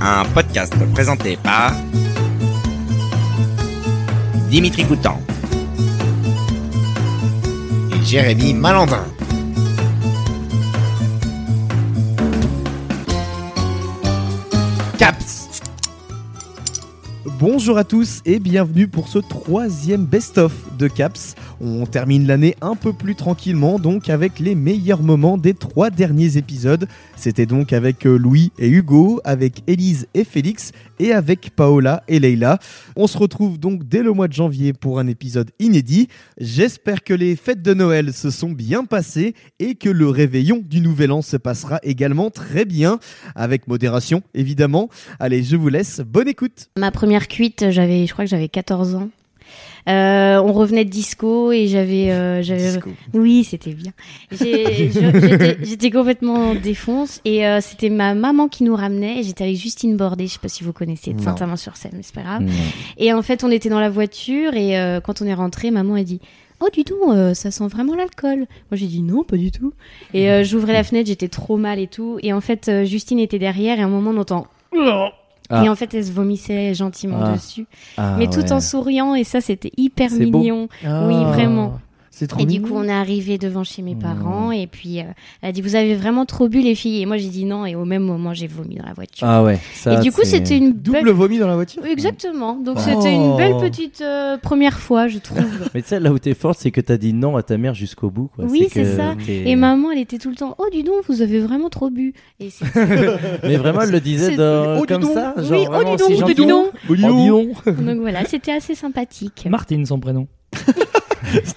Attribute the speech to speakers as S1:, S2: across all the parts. S1: un podcast présenté par Dimitri Coutan et Jérémy Malandin. Caps
S2: Bonjour à tous et bienvenue pour ce troisième best-of de Caps. On termine l'année un peu plus tranquillement, donc avec les meilleurs moments des trois derniers épisodes. C'était donc avec euh, Louis et Hugo, avec Élise et Félix, et avec Paola et Leila. On se retrouve donc dès le mois de janvier pour un épisode inédit. J'espère que les fêtes de Noël se sont bien passées et que le réveillon du Nouvel An se passera également très bien, avec modération évidemment. Allez, je vous laisse, bonne écoute
S3: Ma première cuite, j'avais, je crois que j'avais 14 ans. Euh, on revenait de disco et j'avais, euh, j'avais- oui, c'était bien. J'ai- je- J'étais j'étais complètement défonce et euh, c'était ma maman qui nous ramenait. et J'étais avec Justine Bordet, je sais pas si vous connaissez, de
S2: Non.
S3: Saint-Amand-sur-Seine, mais c'est pas grave. Et en fait, on était dans la voiture et euh, quand on est rentré, maman a dit. Oh, du tout, ça sent vraiment l'alcool. Moi, j'ai dit non, pas du tout. Et euh, j'ouvrais la fenêtre, j'étais trop mal et tout. Et en fait, euh, Justine était derrière et à un moment, on entend.
S4: Ah.
S3: Et en fait, elle se vomissait gentiment
S4: Ah.
S3: dessus mais tout en souriant et ça c'était hyper
S4: C'est beau.
S3: mignon. Oui,
S2: Ah.
S3: vraiment.
S4: C'est trop Mmh.
S3: Et du coup on est arrivé devant chez mes parents et puis euh, elle a dit vous avez vraiment trop bu les filles et moi j'ai dit non et au même moment j'ai vomi dans la voiture.
S4: Ah ouais, ça.
S3: et du coup
S4: c'est-
S3: c'était une
S2: Double
S3: belle...
S2: vomi dans la voiture
S3: Exactement, donc
S4: Oh.
S3: c'était une belle petite euh, première fois je trouve.
S4: Mais tu sais, là où t'es forte, c'est que t'as dit non à ta mère jusqu'au bout. Quoi.
S3: Oui,
S4: que
S3: c'est ça.
S4: t'es-
S3: Et maman elle était tout le temps oh dis donc vous avez vraiment trop bu. Et c'est-
S4: Mais vraiment, elle le disait
S3: C'est-
S4: dans-
S2: Oh, dis
S4: euh, comme
S2: donc.
S4: ça.
S3: Oui,
S4: Genre,
S3: oh, dis
S4: vraiment,
S3: donc,
S4: si
S3: oh, dis
S4: gentiment.
S3: donc.
S4: Oh, dis donc.
S3: donc voilà c'était assez sympathique.
S5: Martine, son prénom.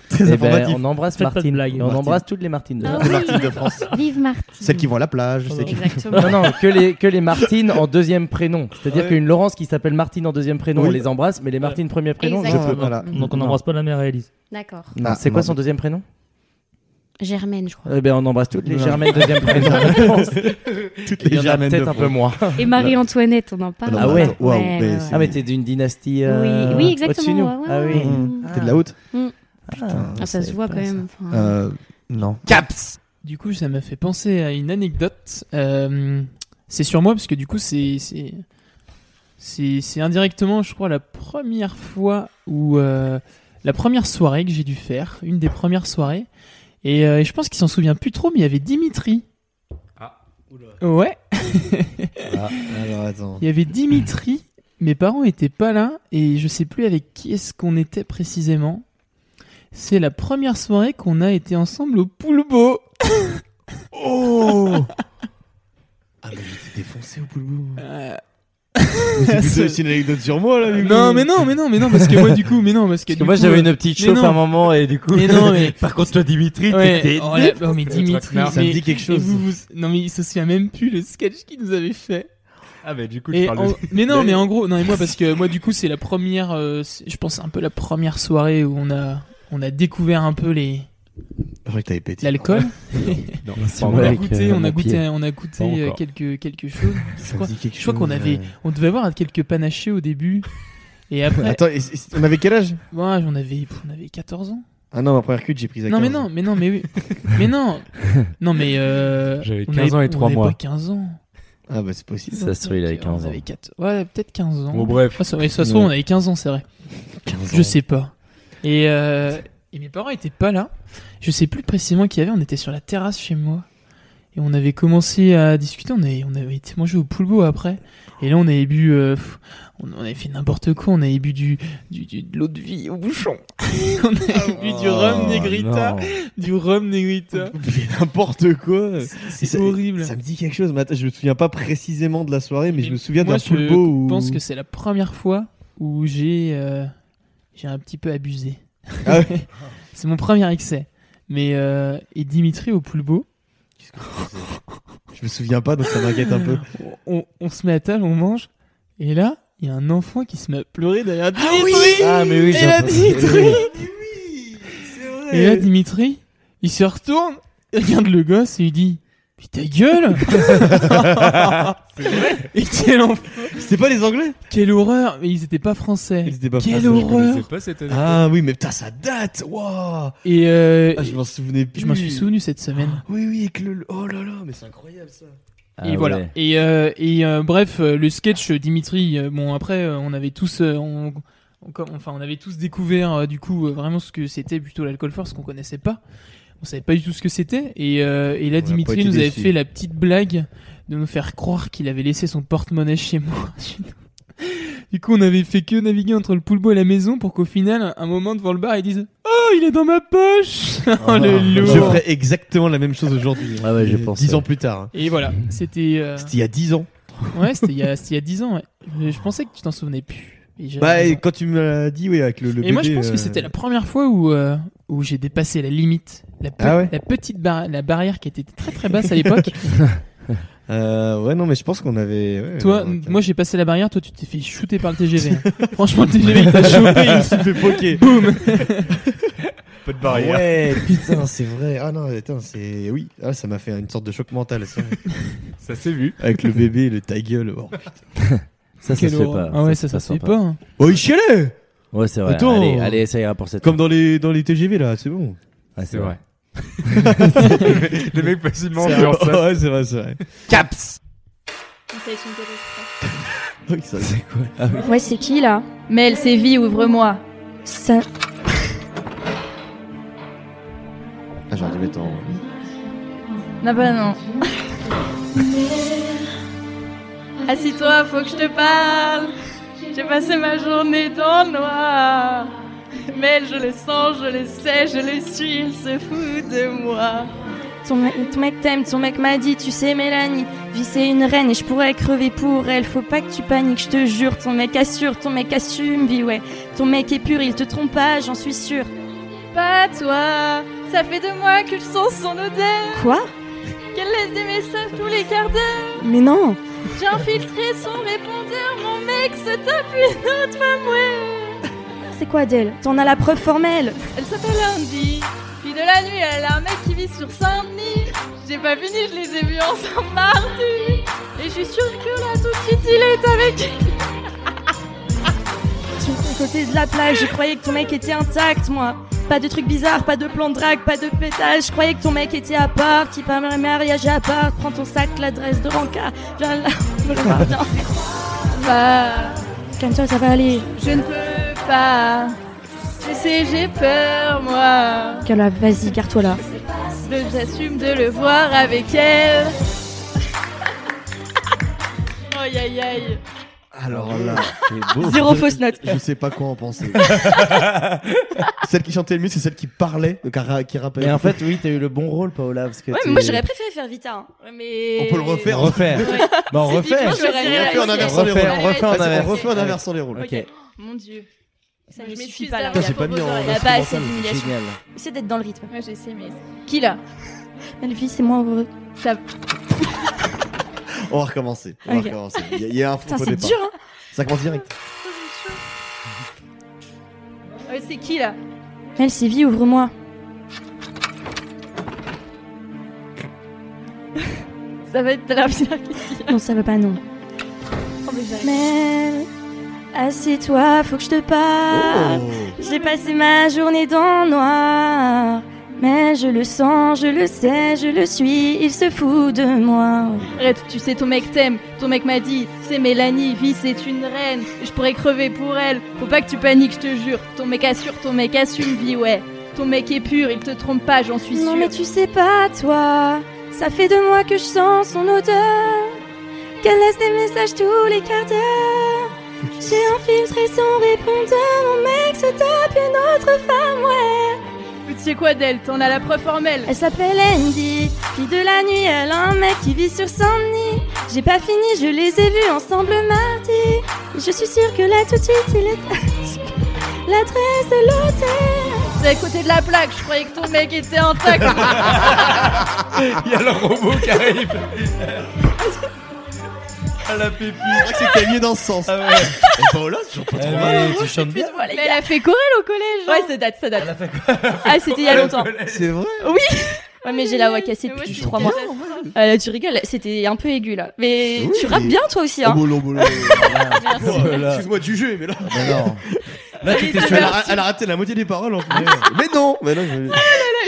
S2: Très
S4: Eh ben,
S2: informatif.
S4: on embrasse
S5: Faites pas de
S4: Martine.
S5: blagues.
S4: Et on
S5: Martine.
S4: embrasse toutes les Martines.
S3: Ah
S4: d'ailleurs.
S3: oui.
S2: Martine de France.
S3: Vive Martine.
S2: Celles qui vont à la plage, celles qui-
S3: Exactement.
S4: Non, non, que les, que les Martines en deuxième prénom. C'est-à-dire
S2: Ouais.
S4: qu'une Laurence qui s'appelle Martine en deuxième prénom,
S2: Oui.
S4: on les embrasse, mais les Martines premier prénom, je
S3: Exactement.
S4: peux.
S2: voilà.
S5: Donc on
S4: Non.
S5: n'embrasse pas la mère et Elise.
S3: D'accord.
S4: Non,
S2: Ah,
S4: c'est quoi
S2: non. Euh,
S4: son deuxième prénom
S3: Germaine je crois.
S4: Eh ben, on embrasse toutes les
S2: Non.
S4: Germaines deuxième prénom. je pense.
S2: Toutes
S4: Il y en a
S2: Germaines de
S4: peut-être un
S2: France.
S4: peu moins.
S3: Et Marie-Antoinette on en parle.
S4: Ah ouais.
S2: Waouh,
S3: Ouais,
S2: mais
S3: ouais,
S2: c'est-
S4: Ah, mais t'es d'une dynastie. euh,
S3: Oui, oui,
S4: au-dessus de nous.
S3: exactement. ouais, ouais,
S4: Ah oui.
S3: ouais.
S2: Mmh. T'es de la haute
S4: Ah,
S3: Ah, ça se voit quand même. enfin.
S2: Euh, Non.
S1: Caps
S6: Du coup, ça m'a fait penser à une anecdote. Euh, c'est sur moi, parce que du coup, c'est. c'est- C'est c'est indirectement, je crois, la première fois où. euh, la première soirée que j'ai dû faire, une des premières soirées. Et, euh, et je pense qu'il s'en souvient plus trop, mais il y avait Dimitri. Ah, Ouais,
S2: Ah, alors attends.
S6: il y avait Dimitri. Mes parents étaient pas là, et je sais plus avec qui est-ce qu'on était précisément. C'est la première soirée qu'on a été ensemble au Poulbo.
S2: Oh Ah, mais j'étais défoncé au boulot. C'est plutôt aussi une anecdote sur moi, là, Hugo.
S6: Non, mais non, mais non, mais non, parce que moi, du coup, mais non, parce que.
S4: Ah Parce que
S6: du
S4: moi
S6: coup,
S4: j'avais
S6: euh,
S4: une petite
S6: mais
S4: chauffe
S6: non.
S4: à un moment et du coup.
S6: Mais non, mais.
S4: Par contre, toi Dimitri,
S6: Ouais, oh là- oh, mais Dimitri,
S2: Ça me
S6: mais-
S2: dit quelque
S6: mais
S2: chose.
S6: vous- vous- non, mais il se souvient même plus le sketch qu'il nous avait fait.
S4: Ah, mais du coup,
S6: Et en- Mais non, mais en gros, non, et moi, parce que moi, du coup, c'est la première, euh, c'est- je pense, un peu la première soirée où on a, on a découvert un peu les,
S2: Je croyais que t'avais pété.
S6: l'alcool.
S4: Non,
S6: On a goûté, on a goûté, on a
S4: Pas
S6: goûté euh,
S4: encore.
S6: quelque, quelque chose.
S2: Ça me
S6: crois-
S2: dit quelque
S6: Je crois qu'on
S2: chose,
S6: avait,
S2: ouais.
S6: on devait avoir quelques panachés au début. Et après,
S2: Attends, et- et- on avait quel âge
S6: moi, j'en avais, on avait 14 ans.
S2: Ah non, ma première cuite, j'ai pris à
S6: Non mais
S2: 15.
S6: non, mais non, mais oui. mais non. Non mais euh,
S5: J'avais
S6: on
S5: 15 ans
S6: avait-
S5: et trois
S6: on avait
S5: mois.
S6: pas 15 ans.
S2: Ah bah c'est possible.
S4: Ça se trouve, il avait 15
S6: On
S4: ans.
S6: avait quatre- Ouais, peut-être 15 ans.
S5: Bon, bref.
S6: Ah, ça, mais ça se trouve,
S4: Ouais.
S6: on avait 15 ans, c'est vrai.
S2: 15
S6: Je sais pas. Et, euh, et mes parents étaient pas là. Je sais plus précisément qui y avait, on était sur la terrasse chez moi. Et on avait commencé à discuter, on avait, on avait été manger au poulbo après. Et là, on avait bu. euh, pff, on, on avait fait n'importe quoi, on avait bu du, du, du- de l'eau de vie au bouchon. on
S2: Ah
S6: avait bu du
S2: oh,
S6: rhum Negrita. Du rhum Negrita.
S2: Mais n'importe quoi.
S6: C'est
S2: ça-
S6: horrible.
S2: Ça me dit quelque chose, mais attends, je me souviens pas précisément de la soirée, mais je me souviens
S6: Moi,
S2: d'un
S6: je
S2: pulpo où...
S6: pense que c'est la première fois où j'ai euh, j'ai un petit peu abusé.
S2: Ah
S6: c'est mon premier excès. Mais euh, et Dimitri au Poulbo,
S2: Je me souviens pas, donc ça m'inquiète un peu.
S6: on, on se met à table, on mange, et là il y a un enfant qui se met à pleurer derrière Dimitri.
S4: Ah, mais oui,
S6: et là Dimitri, et là
S2: Ouais.
S6: Dimitri, il se retourne, il regarde le gosse et il dit. Mais ta gueule Et quel enf-
S2: C'était pas les Anglais
S6: quelle horreur Mais ils étaient pas français.
S2: Ils étaient pas
S6: Quelle
S2: français, je
S6: horreur
S2: Ah oui, mais putain, ça date Waouh
S6: Et euh,
S2: Ah, Je m'en souvenais plus.
S6: je m'en suis souvenu cette semaine.
S2: Oui, oui, avec le. Oh là là, mais c'est incroyable ça.
S4: Ah
S6: et voilà.
S4: ouais.
S6: Et, euh, et, euh, bref, euh, le sketch euh, Dimitri. euh, bon après, euh, on avait tous, euh, on- on com- enfin, on avait tous découvert euh, du coup euh, vraiment ce que c'était plutôt l'alcool fort, ce qu'on connaissait pas. On savait pas du tout ce que c'était. Et, euh, et là,
S2: On a pas
S6: Dimitri
S2: été
S6: nous avait
S2: déçus.
S6: fait la petite blague de nous faire croire qu'il avait laissé son porte-monnaie chez moi. chez nous. Du coup, on avait fait que naviguer entre le poulbo et la maison pour qu'au final, un moment devant le bar, ils disent Oh, il est dans ma poche Oh, le
S2: Je
S6: lourd
S2: ferais exactement la même chose aujourd'hui.
S4: Ah ouais, je
S2: Euh,
S4: pense,
S2: Dix
S4: ouais.
S2: ans plus tard.
S6: Et voilà, c'était. euh,
S2: C'était il y a dix ans.
S6: Ouais, c'était il, y a- c'était il y a 10 ans. ouais. Je, je pensais que tu t'en souvenais plus. Et j'ai-
S2: Bah, et quand tu me l'as dit, oui, avec le, le
S6: Et moi, je
S2: bébé,
S6: pense
S2: euh,
S6: que c'était la première fois où, euh, où j'ai dépassé la limite. La, pe-
S2: Ah ouais
S6: la petite barri- la barrière qui était très très basse à l'époque.
S2: euh, ouais, non, mais je pense qu'on avait. ouais,
S6: toi,
S2: ouais,
S6: moi j'ai passé la barrière, toi tu t'es fait shooter par le TGV. hein. Franchement, le TGV il t'a chopé, il s'est fait poker. Boum
S7: Peu de
S6: Ah
S7: barrière.
S2: Ouais, putain, c'est vrai. Ah non, putain, c'est. Oui, ah, ça m'a fait une sorte de choc mental. ça.
S7: Ça s'est vu.
S2: Avec le bébé, le ta gueule. Oh,
S4: Ça, ça se fait pas.
S6: Ah ouais, ça, ça, se fait pas. hein.
S2: oh il chialait
S4: Ouais, c'est vrai.
S2: Attends.
S4: Allez, allez, ça ira pour cette.
S2: Comme dans les, dans les TGV, là, c'est bon.
S4: Ah,
S7: C'est vrai. Les mecs facilement
S2: C'est-
S7: ambiancés.
S2: ouais, c'est vrai, c'est vrai.
S1: Caps
S2: Oui, ça, c'est quoi
S8: Ouais, c'est qui là Mel, c'est vie, ouvre-moi. Ça.
S2: Ah, j'aurais dû mettre en.
S8: Non, bah non. Assis-toi, faut que je te parle. J'ai passé ma journée dans le noir. Mel, je le sens, je le sais, je le suis, il se fout de moi. Ton, me- ton mec t'aime, ton mec m'a dit, tu sais, Mélanie, vie c'est une reine et je pourrais crever pour elle. Faut pas que tu paniques, je te jure. Ton mec assure, ton mec assume, vie, ouais. Ton mec est pur, il te trompe pas, j'en suis sûre. Pas toi, ça fait deux mois que je sens son odeur.
S3: Quoi
S8: Qu'elle laisse des messages tous les quarts d'heure.
S3: Mais non
S8: J'ai infiltré son répondeur, mon mec se tape une autre femme, ouais.
S3: C'est quoi d'elle T'en as la preuve formelle
S8: Elle s'appelle Andy. Puis de la nuit, elle a un mec qui vit sur Saint-Denis. J'ai pas fini, je les ai vus ensemble mardi. Et je suis sûre que là, tout de suite, il est avec
S3: Tu à côté de la plage, je croyais que ton mec était intact, moi. Pas de trucs bizarres, pas de plan de drague, pas de pétage. Je croyais que ton mec était à part, qui parle un mariage à part. Prends ton sac, l'adresse de Ranka. Viens là, me le voir, viens.
S8: Bah,
S3: Calme-toi, ça va aller.
S8: je ne peux pas. Tu sais, j'ai peur, moi.
S3: Calme-toi, vas-y, garde-toi là.
S8: Le- J'assume de le voir avec elle. aïe aïe aïe.
S2: Alors là,
S8: Zéro fausse note.
S2: Je sais pas quoi en penser. celle qui chantait le mieux, c'est celle qui parlait, donc à ra- qui rappelait.
S4: Mais en fait, oui, t'as eu le bon rôle, Paola. Parce que
S8: Ouais,
S4: t'es-
S8: mais moi j'aurais préféré faire Vita. hein. Ouais, Mais...
S2: On peut le refaire.
S4: On refait. Bah, on refait.
S8: Typiquement, j'aurais
S2: On refait en
S8: réalisé.
S2: inversant les
S4: Refait,
S2: rôles.
S4: on refait en
S2: Vas-y,
S4: inversant.
S2: refait en inversant les rôles.
S4: Ok.
S8: Mon dieu. Ça
S3: me
S8: me
S3: suffit
S8: suffit
S3: pas,
S8: pas
S3: là.
S8: là.
S3: Putain,
S2: j'ai pas mis en- en
S8: Là bas, c'est
S2: instrumental.
S8: l'humiliation.
S4: Génial.
S3: J'essaie d'être dans le rythme.
S8: Moi j'essaie, mais. Qui là
S3: Belle vie, c'est moins heureux.
S2: On va recommencer. On va
S3: Ok.
S2: recommencer. Il y a- il y, a un faux
S3: Putain,
S2: faux
S3: c'est
S2: départ.
S3: dur, hein
S2: Ça commence direct.
S8: Ouais, c'est qui là
S3: Mel, c'est vie, ouvre-moi.
S8: Ça va être de la bizarre question.
S3: Non, ça va pas, non.
S8: Oh, mais j'arrive.
S3: Mel, assieds-toi, faut que je te parle.
S2: Oh.
S3: J'ai passé ma journée dans le noir. Mais je le sens, je le sais, je le suis, il se fout de moi.
S8: Arrête, tu sais, ton mec t'aime. Ton mec m'a dit, c'est Mélanie, vie c'est une reine. Je pourrais crever pour elle. Faut pas que tu paniques, je te jure. Ton mec assure, ton mec assume, vie, ouais. Ton mec est pur, il te trompe pas, j'en suis
S3: Non
S8: sûre.
S3: mais tu sais pas toi, ça fait deux mois que je sens son odeur, qu'elle laisse des messages tous les quarts d'heure. J'ai infiltré son répondeur, mon mec se tape une autre femme, ouais.
S8: Mais tu sais quoi d'elle T'en as la preuve formelle.
S3: Elle s'appelle Andy, fille de la nuit, elle a un mec qui vit sur Saint-Denis. J'ai pas fini, je les ai vus ensemble mardi. Et je suis sûre que là tout de suite il est... L'adresse de l'hôtel.
S8: C'est à côté de la plaque, je croyais que ton mec était intact.
S7: Il y a le robot qui arrive. À la pépite.
S2: C'est vrai que c'est calmier dans ce sens.
S7: Ah ouais.
S2: Et Paola, c'est toujours pas trop mal.
S4: Eh, mais tu chantes bien.
S8: Mais elle a fait chorale au collège. hein. Ouais, ça date, ça date. ah, c'était il y a longtemps.
S2: C'est vrai.
S8: Ouais, mais j'ai la voix cassée
S3: Mais moi,
S8: depuis
S3: je
S8: 3 mois. Ah, là, tu rigoles, c'était un peu aigu là. Mais
S2: Oui.
S8: tu rappes bien toi aussi, hein.
S2: Oh, bolo, bolo.
S4: Ah, Paola.
S2: Excuse-moi de juger, mais là.
S4: Mais non. Oh,
S2: Là, tu t'es- tu- elle, a, elle a raté la moitié des paroles en plus. mais non, mais non. je-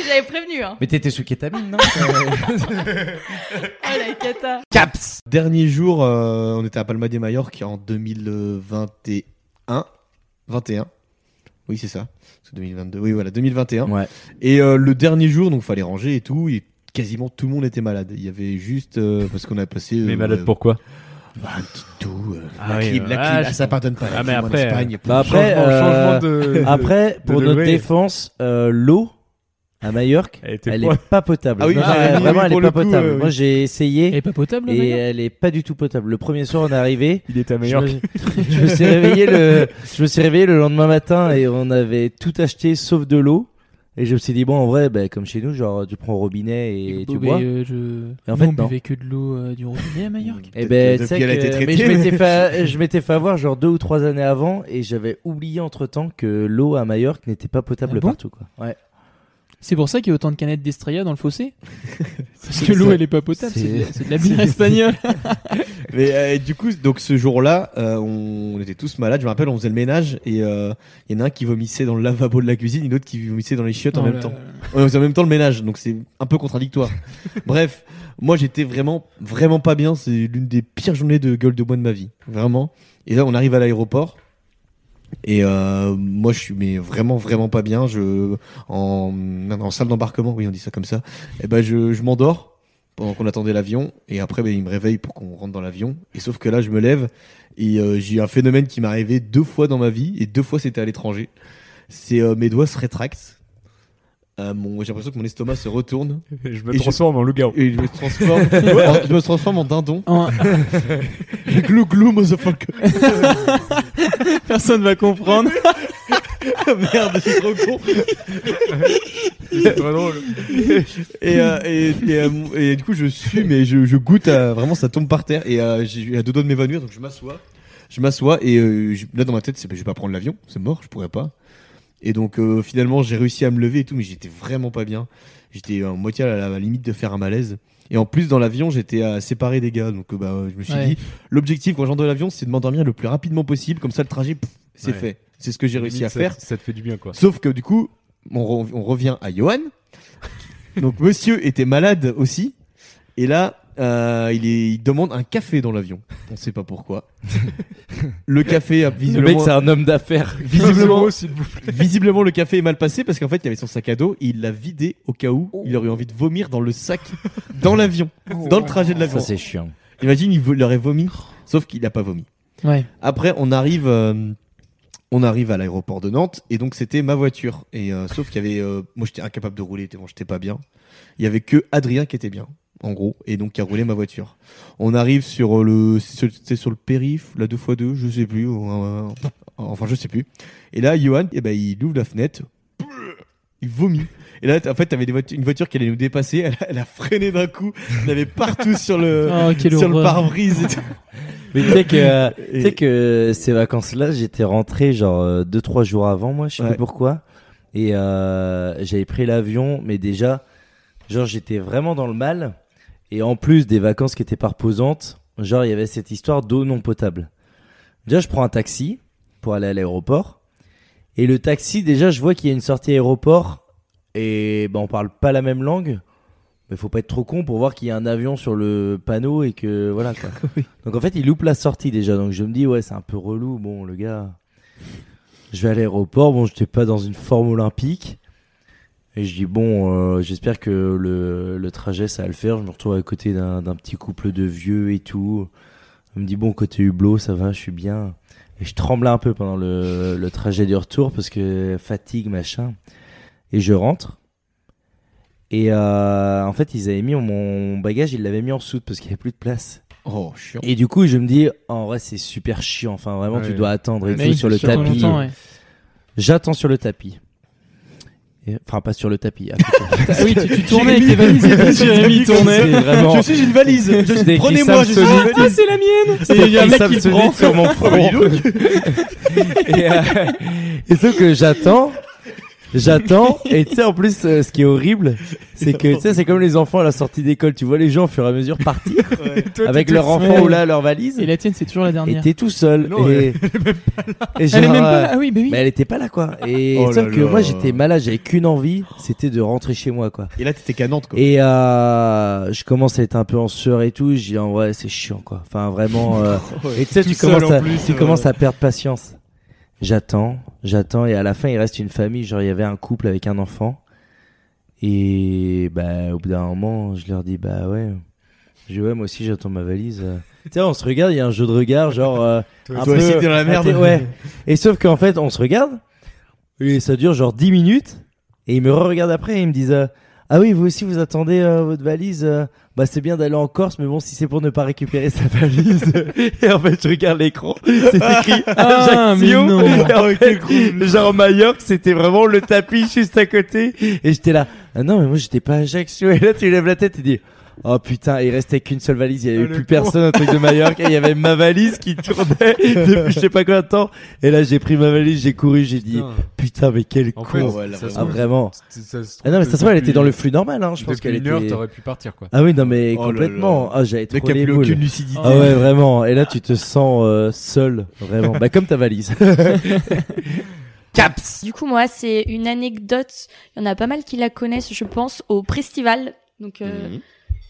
S9: j'avais prévenu. Hein.
S4: Mais t'étais sous kétamine, non
S8: Oh,
S9: Ah, la cata.
S7: Caps Dernier jour, euh, on était à Palma de Mallorca en 2021. 21 Oui, c'est ça. C'est 2022. Oui, voilà, 2021.
S4: Ouais.
S7: Et euh, le dernier jour, donc fallait ranger et tout. Et quasiment tout le monde était malade. Il y avait juste. euh, parce qu'on a passé. euh,
S10: Mais malade
S7: ouais,
S10: pourquoi
S7: bah, un petit tout. euh,
S10: Ah
S7: la
S10: oui,
S7: clim,
S10: euh,
S7: la
S10: ah,
S7: clim,
S10: je-
S7: ah, ça pardonne pas. La
S10: Ah, mais
S7: clim en
S10: après,
S7: Espagne.
S4: Bah après,
S10: Changement-
S4: euh,
S10: changement de- de-
S4: après
S10: de
S4: pour notre
S10: degré.
S4: défense, euh, l'eau à Majorque,
S10: Elle était
S4: elle
S10: froide.
S4: est pas potable.
S7: Ah oui,
S4: Non,
S7: ah,
S4: elle-
S7: oui,
S4: vraiment,
S7: oui,
S4: elle
S7: pour
S4: est
S7: le
S4: pas
S7: coup,
S4: potable.
S7: euh,
S4: Moi,
S7: oui.
S4: j'ai
S6: Elle
S4: essayé
S6: est pas potable,
S4: et
S6: d'ailleurs
S4: elle est pas du tout potable. Le premier soir, on est arrivé.
S10: Il était à
S4: Je
S10: meilleur.
S4: me, je me suis réveillé le, je me suis réveillé le lendemain matin et on avait tout acheté sauf de l'eau. Et je me suis dit bon en vrai bah, comme chez nous genre tu prends au robinet et,
S6: Bon,
S4: tu
S6: bah,
S4: bois.
S6: euh, je...
S4: Et en
S6: Nous,
S4: fait,
S6: on
S4: non.
S6: buvait que de l'eau euh, du robinet à Majorque.
S4: Et
S7: Peut-être
S4: ben
S7: que
S4: tu sais
S7: depuis, elle a été
S4: que- mais je
S7: traitée,
S4: m'étais fait je m'étais fait avoir genre deux ou trois années avant et j'avais oublié entre temps que l'eau à Majorque n'était pas potable
S6: Ah bon
S4: partout quoi. Ouais.
S6: C'est pour ça qu'il y a autant de canettes d'Estrella dans le fossé Parce que l'eau, elle est pas potable, c'est de la-
S4: C'est-
S6: c'est de la bière espagnole.
S7: Mais euh, du coup, donc ce jour-là, euh, on, on était tous malades. Je me rappelle, on faisait le ménage et euh, il y en a un qui vomissait dans le lavabo de la cuisine, et l'autre qui vomissait dans les chiottes en
S6: Oh
S7: même
S6: là
S7: temps.
S6: là.
S7: Ouais, on faisait en même temps le ménage, donc c'est un peu contradictoire. Bref, moi j'étais vraiment, vraiment pas bien. C'est l'une des pires journées de gueule de bois de ma vie, vraiment. Et là, on arrive à l'aéroport. Et euh, moi, je suis mais vraiment, vraiment pas bien. Je en, en salle d'embarquement, oui, on dit ça comme ça. Et ben, je, je m'endors pendant qu'on attendait l'avion. Et après, ben, il me réveille pour qu'on rentre dans l'avion. Et sauf que là, je me lève et euh, j'ai eu un phénomène qui m'est arrivé deux fois dans ma vie et deux fois c'était à l'étranger. C'est euh, mes doigts se rétractent. Euh, mon, j'ai l'impression que mon estomac se retourne
S10: Je me
S7: Et je-
S10: transforme en loup-garou.
S7: et je me transforme, en, je me transforme en dindon.
S6: En-
S7: glou glou motherfucker.
S6: Personne va comprendre.
S7: Merde, je suis trop con.
S10: C'est trop drôle.
S7: Et, euh, et, et, euh, mon- et du coup, je suis, mais je, je goûte à, vraiment, ça tombe par terre. Et euh, j'ai eu à deux doigts de m'évanouir, donc je m'assois. Je m'assois et euh, je- là, dans ma tête, c'est, bah, je vais pas prendre l'avion, c'est mort, je pourrais pas. Et donc, euh, finalement, j'ai réussi à me lever et tout, mais j'étais vraiment pas bien. J'étais euh, en moitié à la, à la limite de faire un malaise. Et en plus, dans l'avion, j'étais à séparé des gars. Donc, euh, bah, je me suis
S6: Ouais.
S7: dit, l'objectif quand j'entre dans l'avion, c'est de m'endormir le plus rapidement possible. Comme ça, le trajet, pff, c'est
S10: Ouais.
S7: fait. C'est ce que j'ai réussi à
S10: Limite, ça-
S7: faire.
S10: Ça te fait du bien, quoi.
S7: Sauf que du coup, on, re- on revient à Johan. Donc monsieur était malade aussi. Et là, euh, il, est- il demande un café dans l'avion. On sait pas pourquoi. Le café, a
S4: Le mec
S7: visiblement,
S4: c'est un homme d'affaires.
S7: visiblement,
S10: Gros, s'il vous plaît.
S7: visiblement, le café est mal passé parce qu'en fait, il avait son sac à dos. Et il l'a vidé au cas
S4: Oh.
S7: où il aurait eu envie de vomir dans le sac, dans l'avion, dans le trajet de
S4: Ça
S7: l'avion.
S4: c'est Oh. chiant.
S7: Imagine, il, vo- il aurait vomi, sauf qu'il a pas vomi.
S6: Ouais.
S7: Après, on arrive, euh, on arrive à l'aéroport de Nantes et donc c'était ma voiture. Et euh, sauf qu'il y avait, euh, moi j'étais incapable de rouler, tellement j'étais pas bien. Il y avait que Adrien qui était bien, en gros, et donc qui a roulé ma voiture. On arrive sur euh, le, sur- c'était sur le périph, la 2x2, je sais plus, ou, euh, enfin je sais plus. Et là, Johan, eh ben, il ouvre la fenêtre, il vomit. Et là, t- en fait, t'avais des voitures- une voiture qui allait nous dépasser, elle, a- elle a freiné d'un coup, elle avait partout sur le,
S11: euh,
S6: Oh, quelle
S7: sur le
S6: horreur.
S7: pare-brise et tout.
S4: Mais tu sais que, euh,
S7: Et-
S4: tu sais que ces vacances-là, j'étais rentré genre euh, deux trois jours avant moi, je sais
S7: Ouais.
S4: plus pourquoi, et euh, j'avais pris l'avion, mais déjà, genre j'étais vraiment dans le mal, et en plus des vacances qui étaient pas reposantes, genre il y avait cette histoire d'eau non potable. Déjà, je prends un taxi pour aller à l'aéroport, et le taxi déjà, je vois qu'il y a une sortie aéroport, et ben on parle pas la même langue. Mais faut pas être trop con pour voir qu'il y a un avion sur le panneau et que voilà quoi. Donc en fait, il loupe la sortie déjà. Donc je me dis, ouais, c'est un peu relou. Bon, le gars, je vais à l'aéroport. Bon, j'étais pas dans une forme olympique. Et je dis, bon, euh, j'espère que le, le trajet, ça va le faire. Je me retrouve à côté d'un d'un petit couple de vieux et tout. On me dit, bon, côté hublot, ça va, je suis bien. Et je tremblais un peu pendant le, le trajet du retour parce que fatigue, machin. Et je rentre. Et euh, en fait, ils avaient mis mon bagage, ils l'avaient mis en soute parce qu'il n'y avait plus de place.
S7: Oh, chiant.
S4: Et du coup, je me dis, en vrai, c'est super chiant. Enfin, vraiment,
S10: Ouais.
S4: tu dois attendre et
S10: Mais
S4: tout
S10: il
S4: sur le
S10: faut attendre
S4: tapis. euh.
S6: longtemps, ouais.
S4: J'attends sur le tapis. Et- Enfin, pas sur le tapis. à côté.
S6: Ah oui, tu, tu tournais avec tes valises et tout, Jérémy tournait.
S4: C'est vraiment.
S7: Je suis une valise. Je suis-
S4: Dès qu'il
S7: Prenez-moi, je suis une
S4: s'absenait-
S7: valise.
S6: Ah, c'est la mienne
S4: Et
S7: il y a un mec qui le prend.
S4: sur mon front. et, euh, et sauf que j'attends, J'attends et tu sais en plus euh, ce qui est horrible, c'est que tu sais c'est comme les enfants à la sortie d'école, tu vois les gens au fur et à mesure partir avec leur enfant
S6: seul.
S4: ou là leur valise
S6: Et la tienne, c'est toujours la
S4: et
S6: dernière.
S4: t'es tout seul
S10: Non,
S4: et et
S6: Elle est
S4: genre,
S6: même pas
S4: euh,
S6: là. Ah oui, bah oui.
S4: mais elle était pas là quoi. Et
S7: Oh
S4: sauf
S7: là
S4: que
S7: là.
S4: moi j'étais malade, j'avais qu'une envie, c'était de rentrer chez moi quoi.
S7: Et là, t'étais qu'à Nantes, quoi.
S4: Et euh, je commence à être un peu en sueur et tout. Je dis en vrai c'est chiant quoi. Enfin vraiment. euh, et tu sais
S10: Tout
S4: tu
S10: seul,
S4: commences
S10: en
S4: à,
S10: plus,
S4: tu
S10: euh.
S4: commences à perdre patience. J'attends, j'attends et à la fin il reste une famille. Genre il y avait un couple avec un enfant. Et bah au bout d'un moment je leur dis bah ouais. Je dis ouais moi aussi j'attends ma valise. tu sais on se regarde il y a un jeu de regard genre. euh, un
S7: toi
S4: peu-
S7: aussi, t'es dans la merde.
S4: Ah, t'es- ouais. Et sauf qu'en fait, on se regarde, et ça dure genre 10 minutes, et ils me re-regardent après, et ils me disent euh, Ah oui, vous aussi, vous attendez euh, votre valise euh, Bah, c'est bien d'aller en Corse, mais bon, si c'est pour ne pas récupérer sa valise. et en fait, je regarde l'écran, c'est écrit
S6: Ah,
S4: Ajaccio.
S6: mais non.
S4: Et en fait, genre Mallorca, c'était vraiment le tapis juste à côté, et j'étais là Ah non, mais moi, j'étais pas à Ajaccio. Et là, tu lèves la tête et dis Oh putain, il restait qu'une seule valise, il y avait
S10: le
S4: plus
S10: con.
S4: personne un truc de Mallorca, il y avait ma valise qui tournait depuis je sais pas combien de temps. Et là, j'ai pris ma valise, j'ai couru, j'ai dit
S10: Putain.
S4: putain, mais quel
S10: En
S4: con.
S10: fait,
S1: ouais,
S10: ça se
S4: ah
S10: trouve-
S4: vraiment.
S10: ça- ça se trouve
S4: Ah non, mais ça se trouve, elle était
S10: depuis-
S4: dans le flux normal hein, je pense
S10: depuis
S4: qu'elle
S10: une heure,
S4: était
S10: t'aurais pu partir, quoi.
S4: Ah oui, non mais
S7: Oh là
S4: complètement.
S7: là.
S4: Ah, j'avais
S7: Le
S4: trop
S7: mec a
S4: les
S7: plus
S4: boules.
S7: aucune lucidité.
S4: Ah ouais, vraiment. Et là, tu te sens euh, seul, vraiment. Bah comme ta valise.
S1: Caps
S9: Du coup, moi, c'est une anecdote. Il y en a pas mal qui la connaissent, je pense, au Prestival. Donc, euh,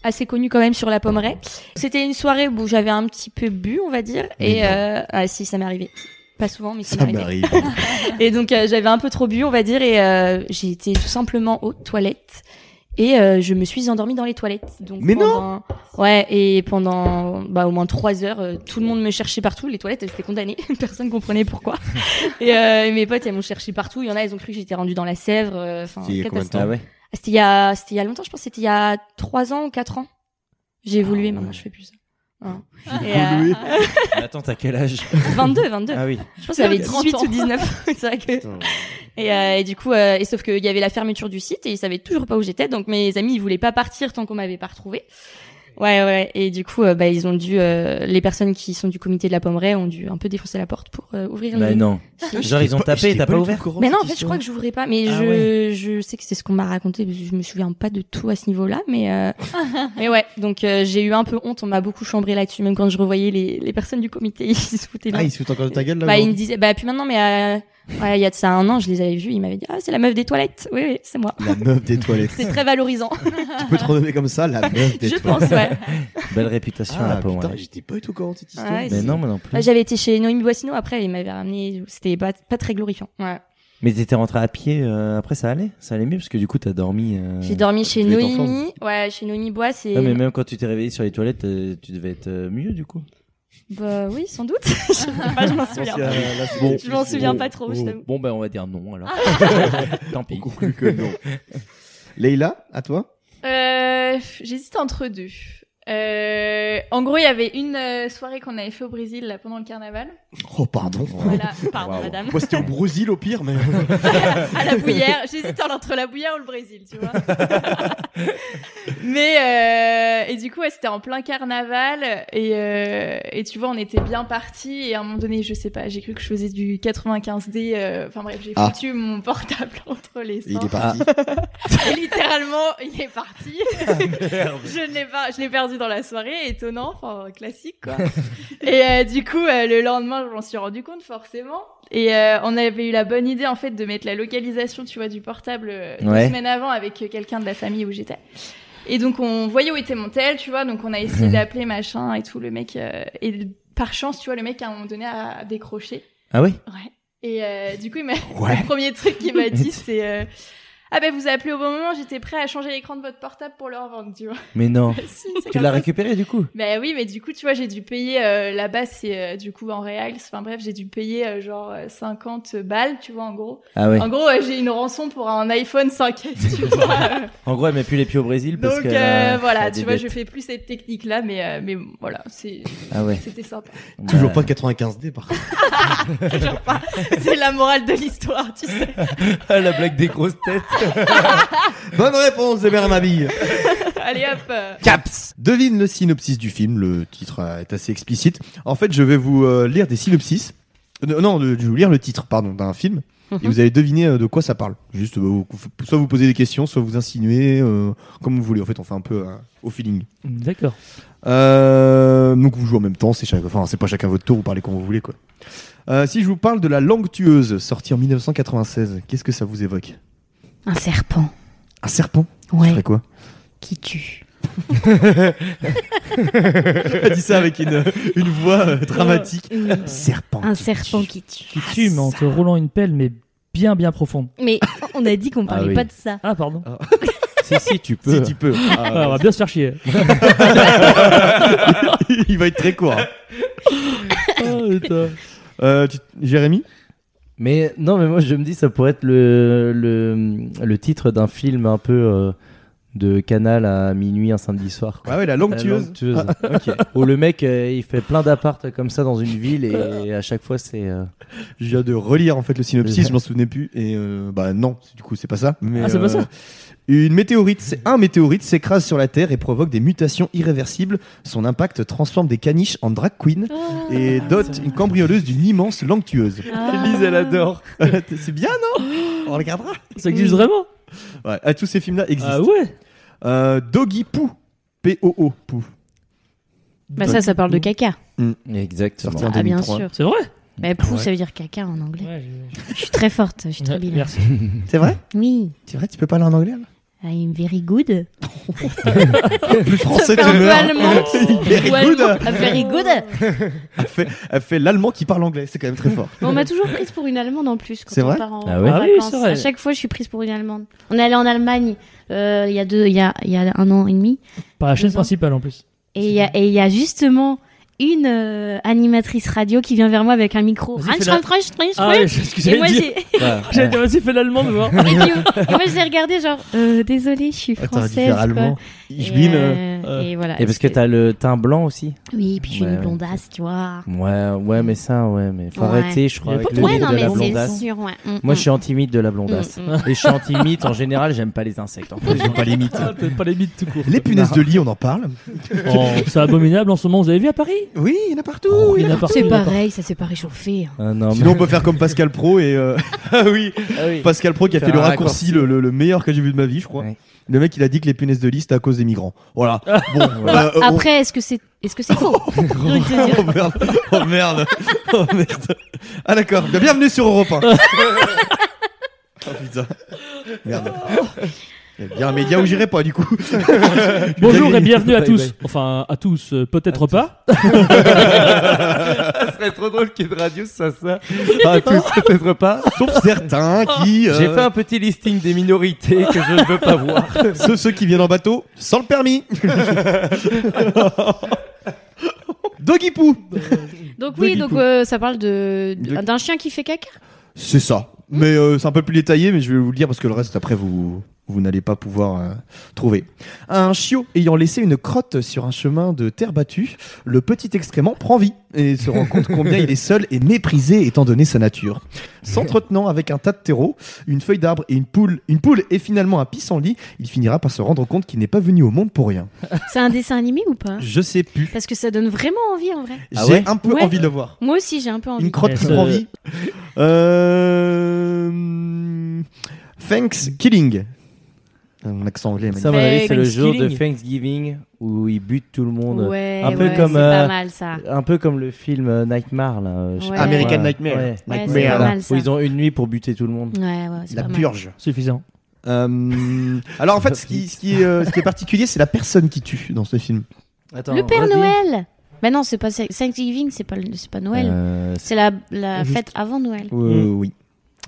S9: assez connu quand même sur la Pommeraye. C'était une soirée où j'avais un petit peu bu, on va dire. Et euh, ah si, ça m'est arrivé. Pas souvent, mais ça m'est
S7: Ça
S9: arrivé.
S7: m'arrive.
S9: Et donc euh, j'avais un peu trop bu, on va dire, et euh, j'ai été tout simplement aux toilettes. Et euh, je me suis endormie dans les toilettes. Donc
S7: Mais
S9: pendant... Ouais, et pendant bah, au moins trois heures, euh, tout le monde me cherchait partout. Les toilettes, elles étaient condamnées. Personne comprenait pourquoi. et euh, mes potes, elles m'ont cherché partout. Il y en a, elles ont cru que j'étais rendue dans la Sèvre. euh, Enfin,
S1: C'est il y a combien de
S9: catastrophe.
S1: temps
S4: ouais.
S9: Ah, C'était il y a, c'était il y a longtemps, je pense. que C'était il y a trois ans ou quatre ans. J'ai
S1: Ah
S9: évolué,
S4: ouais.
S9: maintenant je fais plus ça. Hein. Et,
S7: évolué.
S9: euh,
S4: Attends, t'as quel âge
S9: 22, 22.
S4: Ah oui.
S9: Je pense que j'avais
S8: Il y a 30
S9: 18
S8: ans.
S9: ou 19. c'est vrai que. Et, euh, et du coup, euh, et sauf qu'il y avait la fermeture du site et ils savaient toujours pas où j'étais. Donc mes amis, ils voulaient pas partir tant qu'on m'avait pas retrouvé. Ouais, ouais. Et du coup, euh, bah, ils ont dû, euh, les personnes qui sont du comité de la Pommeraye ont dû un peu défoncer la porte pour euh, ouvrir.
S4: Bah
S9: les...
S4: non. Genre ils ont tapé et t'as pas ouvert
S9: Mais non, en fait, je crois que j'ouvrais pas. Mais
S4: Ah
S9: je,
S4: ouais.
S9: je sais que c'est ce qu'on m'a raconté. Parce que je me souviens pas de tout à ce niveau-là. Mais, euh, mais ouais. Donc euh, j'ai eu un peu honte. On m'a beaucoup chambré là-dessus. Même quand je revoyais les, les personnes du comité, ils se foutaient. de
S7: Ah,
S9: moi.
S7: il se fout encore de ta gueule, là.
S9: Bah,
S7: genre
S9: il me disait, bah, puis maintenant, mais euh, ouais, il y a de ça un an, je les avais vus, ils m'avaient dit, ah, c'est la meuf des toilettes. Oui, oui, c'est moi.
S7: La meuf des toilettes.
S9: C'est très valorisant,
S7: tu peux te renommer comme ça, la meuf des
S9: je
S7: toilettes.
S9: pense, ouais.
S4: Belle réputation
S7: Ah,
S4: là pour moi.
S7: putain, j'étais pas du tout au courant de cette histoire.
S9: Ouais,
S4: Mais non, moi non plus.
S9: Bah, J'avais été chez Noémie Boissineau après, ils m'avaient ramené, c'était pas, pas très glorifiant. Ouais.
S4: Mais t'étais rentré à pied, euh, après ça allait Ça allait mieux parce que du coup t'as dormi. euh,
S9: J'ai dormi chez
S7: tu devais être en
S9: Noémie, ouais, chez Noémie Bois, c'est.
S7: Ah,
S4: Ouais, mais même quand tu t'es réveillé sur les toilettes, euh, tu devais être euh, mieux du coup.
S9: Bah oui, sans doute. je sais pas, je
S7: Ah,
S9: m'en
S4: Ah,
S9: souviens. pas. Je m'en souviens pas trop, je t'avoue.
S4: Bon, ben on va dire non alors. Tant pis.
S7: Conclu que non. Leïla, à toi
S8: Euh, J'hésite entre deux. Euh, en gros, il y avait une euh, soirée qu'on avait fait au Brésil là, pendant le carnaval.
S7: Oh, pardon.
S8: Voilà, pardon madame.
S7: Moi, c'était au Brésil, au pire, mais.
S8: à la bouillère. J'hésite entre la bouillère ou le Brésil, tu vois. Mais euh, et du coup, ouais, c'était en plein carnaval et euh, et tu vois, on était bien partis et à un moment donné, je sais pas, j'ai cru que je faisais du 95D. euh, Enfin bref, j'ai
S7: Ah.
S8: foutu mon portable entre les
S7: Il
S8: seins.
S7: est parti.
S8: Et littéralement, il est parti. je ne l'ai pas, je l'ai perdu dans la soirée, étonnant, enfin classique quoi. et euh, du coup, euh, le lendemain, je m'en suis rendu compte forcément. Et euh, on avait eu la bonne idée en fait de mettre la localisation, tu vois, du portable euh, deux
S4: Ouais.
S8: semaines avant avec euh, quelqu'un de la famille où j'étais. Et donc on voyait où était mon tel, tu vois, donc on a essayé d'appeler machin et tout. Le mec euh, et par chance, tu vois, le mec à un moment donné a décroché.
S4: Ah oui
S8: Ouais. Et euh, du coup, il m'a-
S7: Ouais.
S8: le premier truc qu'il m'a dit, c'est euh, Ah ben vous avez appelé au bon moment, j'étais prêt à changer l'écran de votre portable pour le revendre, tu vois.
S4: Mais non.
S8: Ah, Si,
S4: Tu
S8: c'est comme
S4: l'as
S8: ça.
S4: récupéré du coup
S8: Bah oui, mais du coup, tu vois, j'ai dû payer euh, là-bas, c'est euh, du coup en réal. Enfin bref, j'ai dû payer euh, genre euh, 50 balles, tu vois, en gros.
S4: Ah ouais.
S8: En gros, euh, j'ai une rançon pour un iPhone 5S, tu vois.
S4: En gros, elle met plus les pieds au Brésil parce
S8: Donc
S4: que.
S8: euh, voilà, tu vois,
S4: vois
S8: je fais plus cette technique-là, mais, euh, mais voilà, c'est-
S4: Ah ouais.
S8: c'était sympa.
S7: Toujours
S4: Bah,
S7: pas 95D, par contre.
S8: Genre pas- c'est la morale de l'histoire, tu sais.
S4: Ah, la blague des grosses têtes.
S7: Bonne réponse, Zébert Mabille.
S8: Allez hop euh,
S1: Caps
S7: Devine le synopsis du film. Le titre euh, est assez explicite. En fait, je vais vous euh, lire des synopsis. Euh, non, de- je vais vous lire le titre, pardon, d'un film. Et vous avez deviné euh, de quoi ça parle. Juste, bah, vous- vous- soit vous posez des questions, soit vous insinuez, euh, comme vous voulez. En fait, on fait un peu euh, au feeling.
S4: D'accord.
S7: Euh, donc vous jouez en même temps, c'est chaque- enfin, c'est pas chacun votre tour, vous parlez quand vous voulez quoi. Euh, si je vous parle de la langue tueuse, sortie en 1996, qu'est-ce que ça vous évoque
S3: Un serpent.
S7: Un serpent Ça
S3: Ouais.
S7: ferait quoi
S3: Qui tue.
S7: Elle dit ça avec une, une voix euh, dramatique. Serpent.
S3: Un
S7: qui
S3: serpent
S7: tue.
S3: qui tue.
S11: Qui tue, mais en te roulant une pelle, mais bien, bien profonde.
S3: Mais on a dit qu'on
S4: Ah
S3: parlait
S4: oui.
S3: pas de ça.
S11: Ah, pardon.
S4: si, si, tu
S7: Si
S4: peux.
S7: tu peux.
S11: Ah, on va bien se faire chier.
S7: Il va être très court. hein. Ah,
S11: Oh, putain.
S7: Euh, tu- Jérémy
S4: Mais non, mais moi je me dis ça pourrait être le, le, le titre d'un film un peu euh, de canal à minuit un samedi soir. quoi.
S7: Ah ouais, la langue
S4: La
S7: tueuse.
S4: langue tueuse. Où le mec euh, il fait plein d'appartes comme ça dans une ville et, à chaque fois c'est. euh,
S7: Je viens de relire en fait le synopsis, je m'en souvenais plus. Et euh, bah non, du coup c'est pas ça. Mais, euh,
S11: Ah, c'est pas ça
S7: Une météorite, c'est un météorite s'écrase sur la Terre et provoque des mutations irréversibles. Son impact transforme des caniches en drag queen et
S3: Ah,
S7: dote une cambrioleuse d'une immense langue tueuse.
S3: Lise, elle adore.
S7: c'est bien non On regardera.
S11: Ça existe vraiment
S7: Ouais, ah, tous ces films là existent.
S11: Ah ouais
S7: Euh, Doggy Poo, P-O-O, Poo.
S3: Bah ça, ça parle de caca.
S7: Sorti
S4: Exactement.
S7: Mmh. en
S3: Ah bien
S7: 2003.
S3: sûr.
S11: C'est vrai
S3: Bah pou, ça veut dire caca en anglais.
S11: Ouais,
S3: Je suis très forte, je suis
S11: je-
S3: très bilingue.
S11: Merci.
S7: C'est vrai
S3: Oui,
S7: C'est vrai, tu peux parler en anglais là
S3: I'm very good.
S7: Plus
S8: Ça
S7: français que
S8: fait un peu
S7: meurt.
S8: allemand.
S7: Very
S3: Ou
S7: good.
S3: allemand. Ah, very good.
S7: Elle fait, elle fait l'allemand qui parle anglais, c'est quand même très fort.
S3: Mais on m'a toujours prise pour une Allemande en plus quand
S7: C'est
S3: on
S7: vrai
S3: part en,
S4: Ah ouais
S3: en
S11: Ah oui,
S3: vacances.
S11: c'est vrai.
S3: À chaque fois, je suis prise pour une Allemande. On est allé en Allemagne euh, il y a deux, il y a, il y a un an et demi,
S11: Par la chaîne
S3: Deux ans.
S11: principale en plus.
S3: et il y a, et il y a justement une euh, animatrice radio qui vient vers moi avec un micro.
S11: Vas-y, fais
S3: Ranch,
S11: la-
S3: ranch, ranch,
S11: Ah
S3: ranch.
S11: ouais, c'est ce que
S3: Et
S11: j'allais
S3: moi,
S11: dire.
S3: j'ai,
S11: J'allais dire, vas-y, fais l'allemand, mais voir.
S3: et, puis, et moi, je l'ai regardé genre, euh, désolée, je suis française. quoi.
S7: Ich
S3: Et,
S7: bin, euh,
S3: euh,
S11: euh,
S3: et voilà.
S4: Et parce que
S3: c'était-
S4: t'as le teint blanc aussi.
S3: Oui, puis je suis
S4: Ouais,
S3: une
S4: ouais.
S3: blondasse, tu vois.
S4: Ouais, ouais, mais ça, ouais, mais faut
S3: Ouais.
S4: arrêter, je crois.
S11: Il y a
S4: Avec
S11: pas
S4: le
S11: trop
S3: Ouais,
S4: mythe
S3: non,
S4: de la
S3: mais c'est
S4: blondasse.
S3: sûr, ouais. Mm,
S4: Moi,
S3: mm.
S4: je suis anti-myte de la blondasse.
S3: Mm, mm.
S4: Et je suis anti-mythe en général, j'aime pas les insectes. En fait, j'aime pas les mythes.
S11: Ah, t'as pas les mythes tout court.
S7: Les punaises de lit, on en parle.
S11: Oh, c'est abominable en ce moment, vous avez vu à Paris
S7: Oh, Oui, il y en a partout.
S11: Il y en a partout,
S3: C'est
S11: il y en a partout.
S3: pareil, ça s'est pas réchauffé. hein.
S4: Ah, non, mais-
S7: Sinon, on peut faire comme Pascal Pro et euh, ah oui,
S4: Ah oui.
S7: Pascal Pro qui a
S4: Faire
S7: fait le
S4: un
S7: raccourci le,
S4: raccourci.
S7: le- le meilleur que j'ai vu de ma vie, je crois.
S4: Ouais.
S7: Le mec, il a dit que les punaises de lit c'était à cause des migrants. Voilà. Bon,
S3: Bah,
S7: bah,
S4: Oh,
S7: euh, on-
S3: Après, est-ce que c'est est-ce que c'est faux J'ai envie de te dire.
S7: Oh merde, oh merde, oh merde. Ah d'accord, Bien- bienvenue sur Europe 1. oh putain. Merde. Il y a bien un média où j'irai pas du coup.
S11: Bonjour et bienvenue à
S7: Bye
S11: tous.
S7: bye.
S11: Enfin, à tous, euh, peut-être pas.
S4: Ça serait trop drôle qu'une radio ça ça. Ah, tous, peut-être pas.
S7: Sauf certains qui. euh,
S4: J'ai fait un petit listing des minorités que je ne veux pas voir.
S7: Ceux, ceux qui viennent en bateau sans le permis. Doggy Poo.
S3: Donc oui,
S7: Doggy
S3: donc
S7: poo.
S3: euh, ça parle de
S7: Doggy-
S3: d'un chien qui fait caca.
S7: C'est ça. Mais euh, c'est un peu plus détaillé, mais je vais vous le dire parce que le reste, après, vous, vous n'allez pas pouvoir euh, trouver. Un chiot ayant laissé une crotte sur un chemin de terre battue, le petit excrément prend vie et se rend compte combien il est seul et méprisé étant donné sa nature. S'entretenant avec un tas de terreau, une feuille d'arbre et une poule, une poule et finalement un pissenlit, il finira par se rendre compte qu'il n'est pas venu au monde pour rien.
S3: C'est un dessin animé ou pas
S7: Je sais plus.
S3: Parce que ça donne vraiment envie en vrai.
S4: Ah
S7: J'ai
S4: ouais
S7: un peu
S3: Ouais.
S7: envie de le voir.
S3: Moi aussi, j'ai un peu envie.
S7: Une crotte qui
S11: Ouais, ça-
S7: prend vie. Euh... Thanks Killing. Euh, Mon accent anglais est
S4: Ça,
S7: magnifique.
S4: mon avis, c'est le jour de
S11: Thanksgiving.
S4: Thanksgiving où ils butent tout le monde.
S3: Ouais,
S4: Un peu
S3: ouais,
S4: comme,
S3: c'est
S4: euh,
S3: pas mal ça.
S4: Un peu comme le film euh, Nightmare, là. euh, je sais
S3: Ouais.
S4: pas
S7: American
S4: quoi.
S7: Nightmare.
S4: Ouais. euh,
S3: Ouais,
S7: Mais
S3: c'est pas
S7: alors,
S3: mal
S4: Où
S3: ça.
S4: ils ont une nuit pour buter tout le monde.
S3: Ouais, ouais, c'est
S7: La
S3: pas mal.
S7: purge.
S11: Suffisant.
S7: Euh, Alors en fait, ce qui, ce qui est, euh, ce qui est particulier, c'est la personne qui tue dans ce film.
S4: Attends,
S3: Le Père
S4: redis.
S3: Noël. Mais non, c'est pas Thanksgiving, c'est pas le- c'est pas Noël.
S4: Euh,
S3: C'est la, la
S11: Juste.
S3: fête avant Noël
S7: Euh, Oui.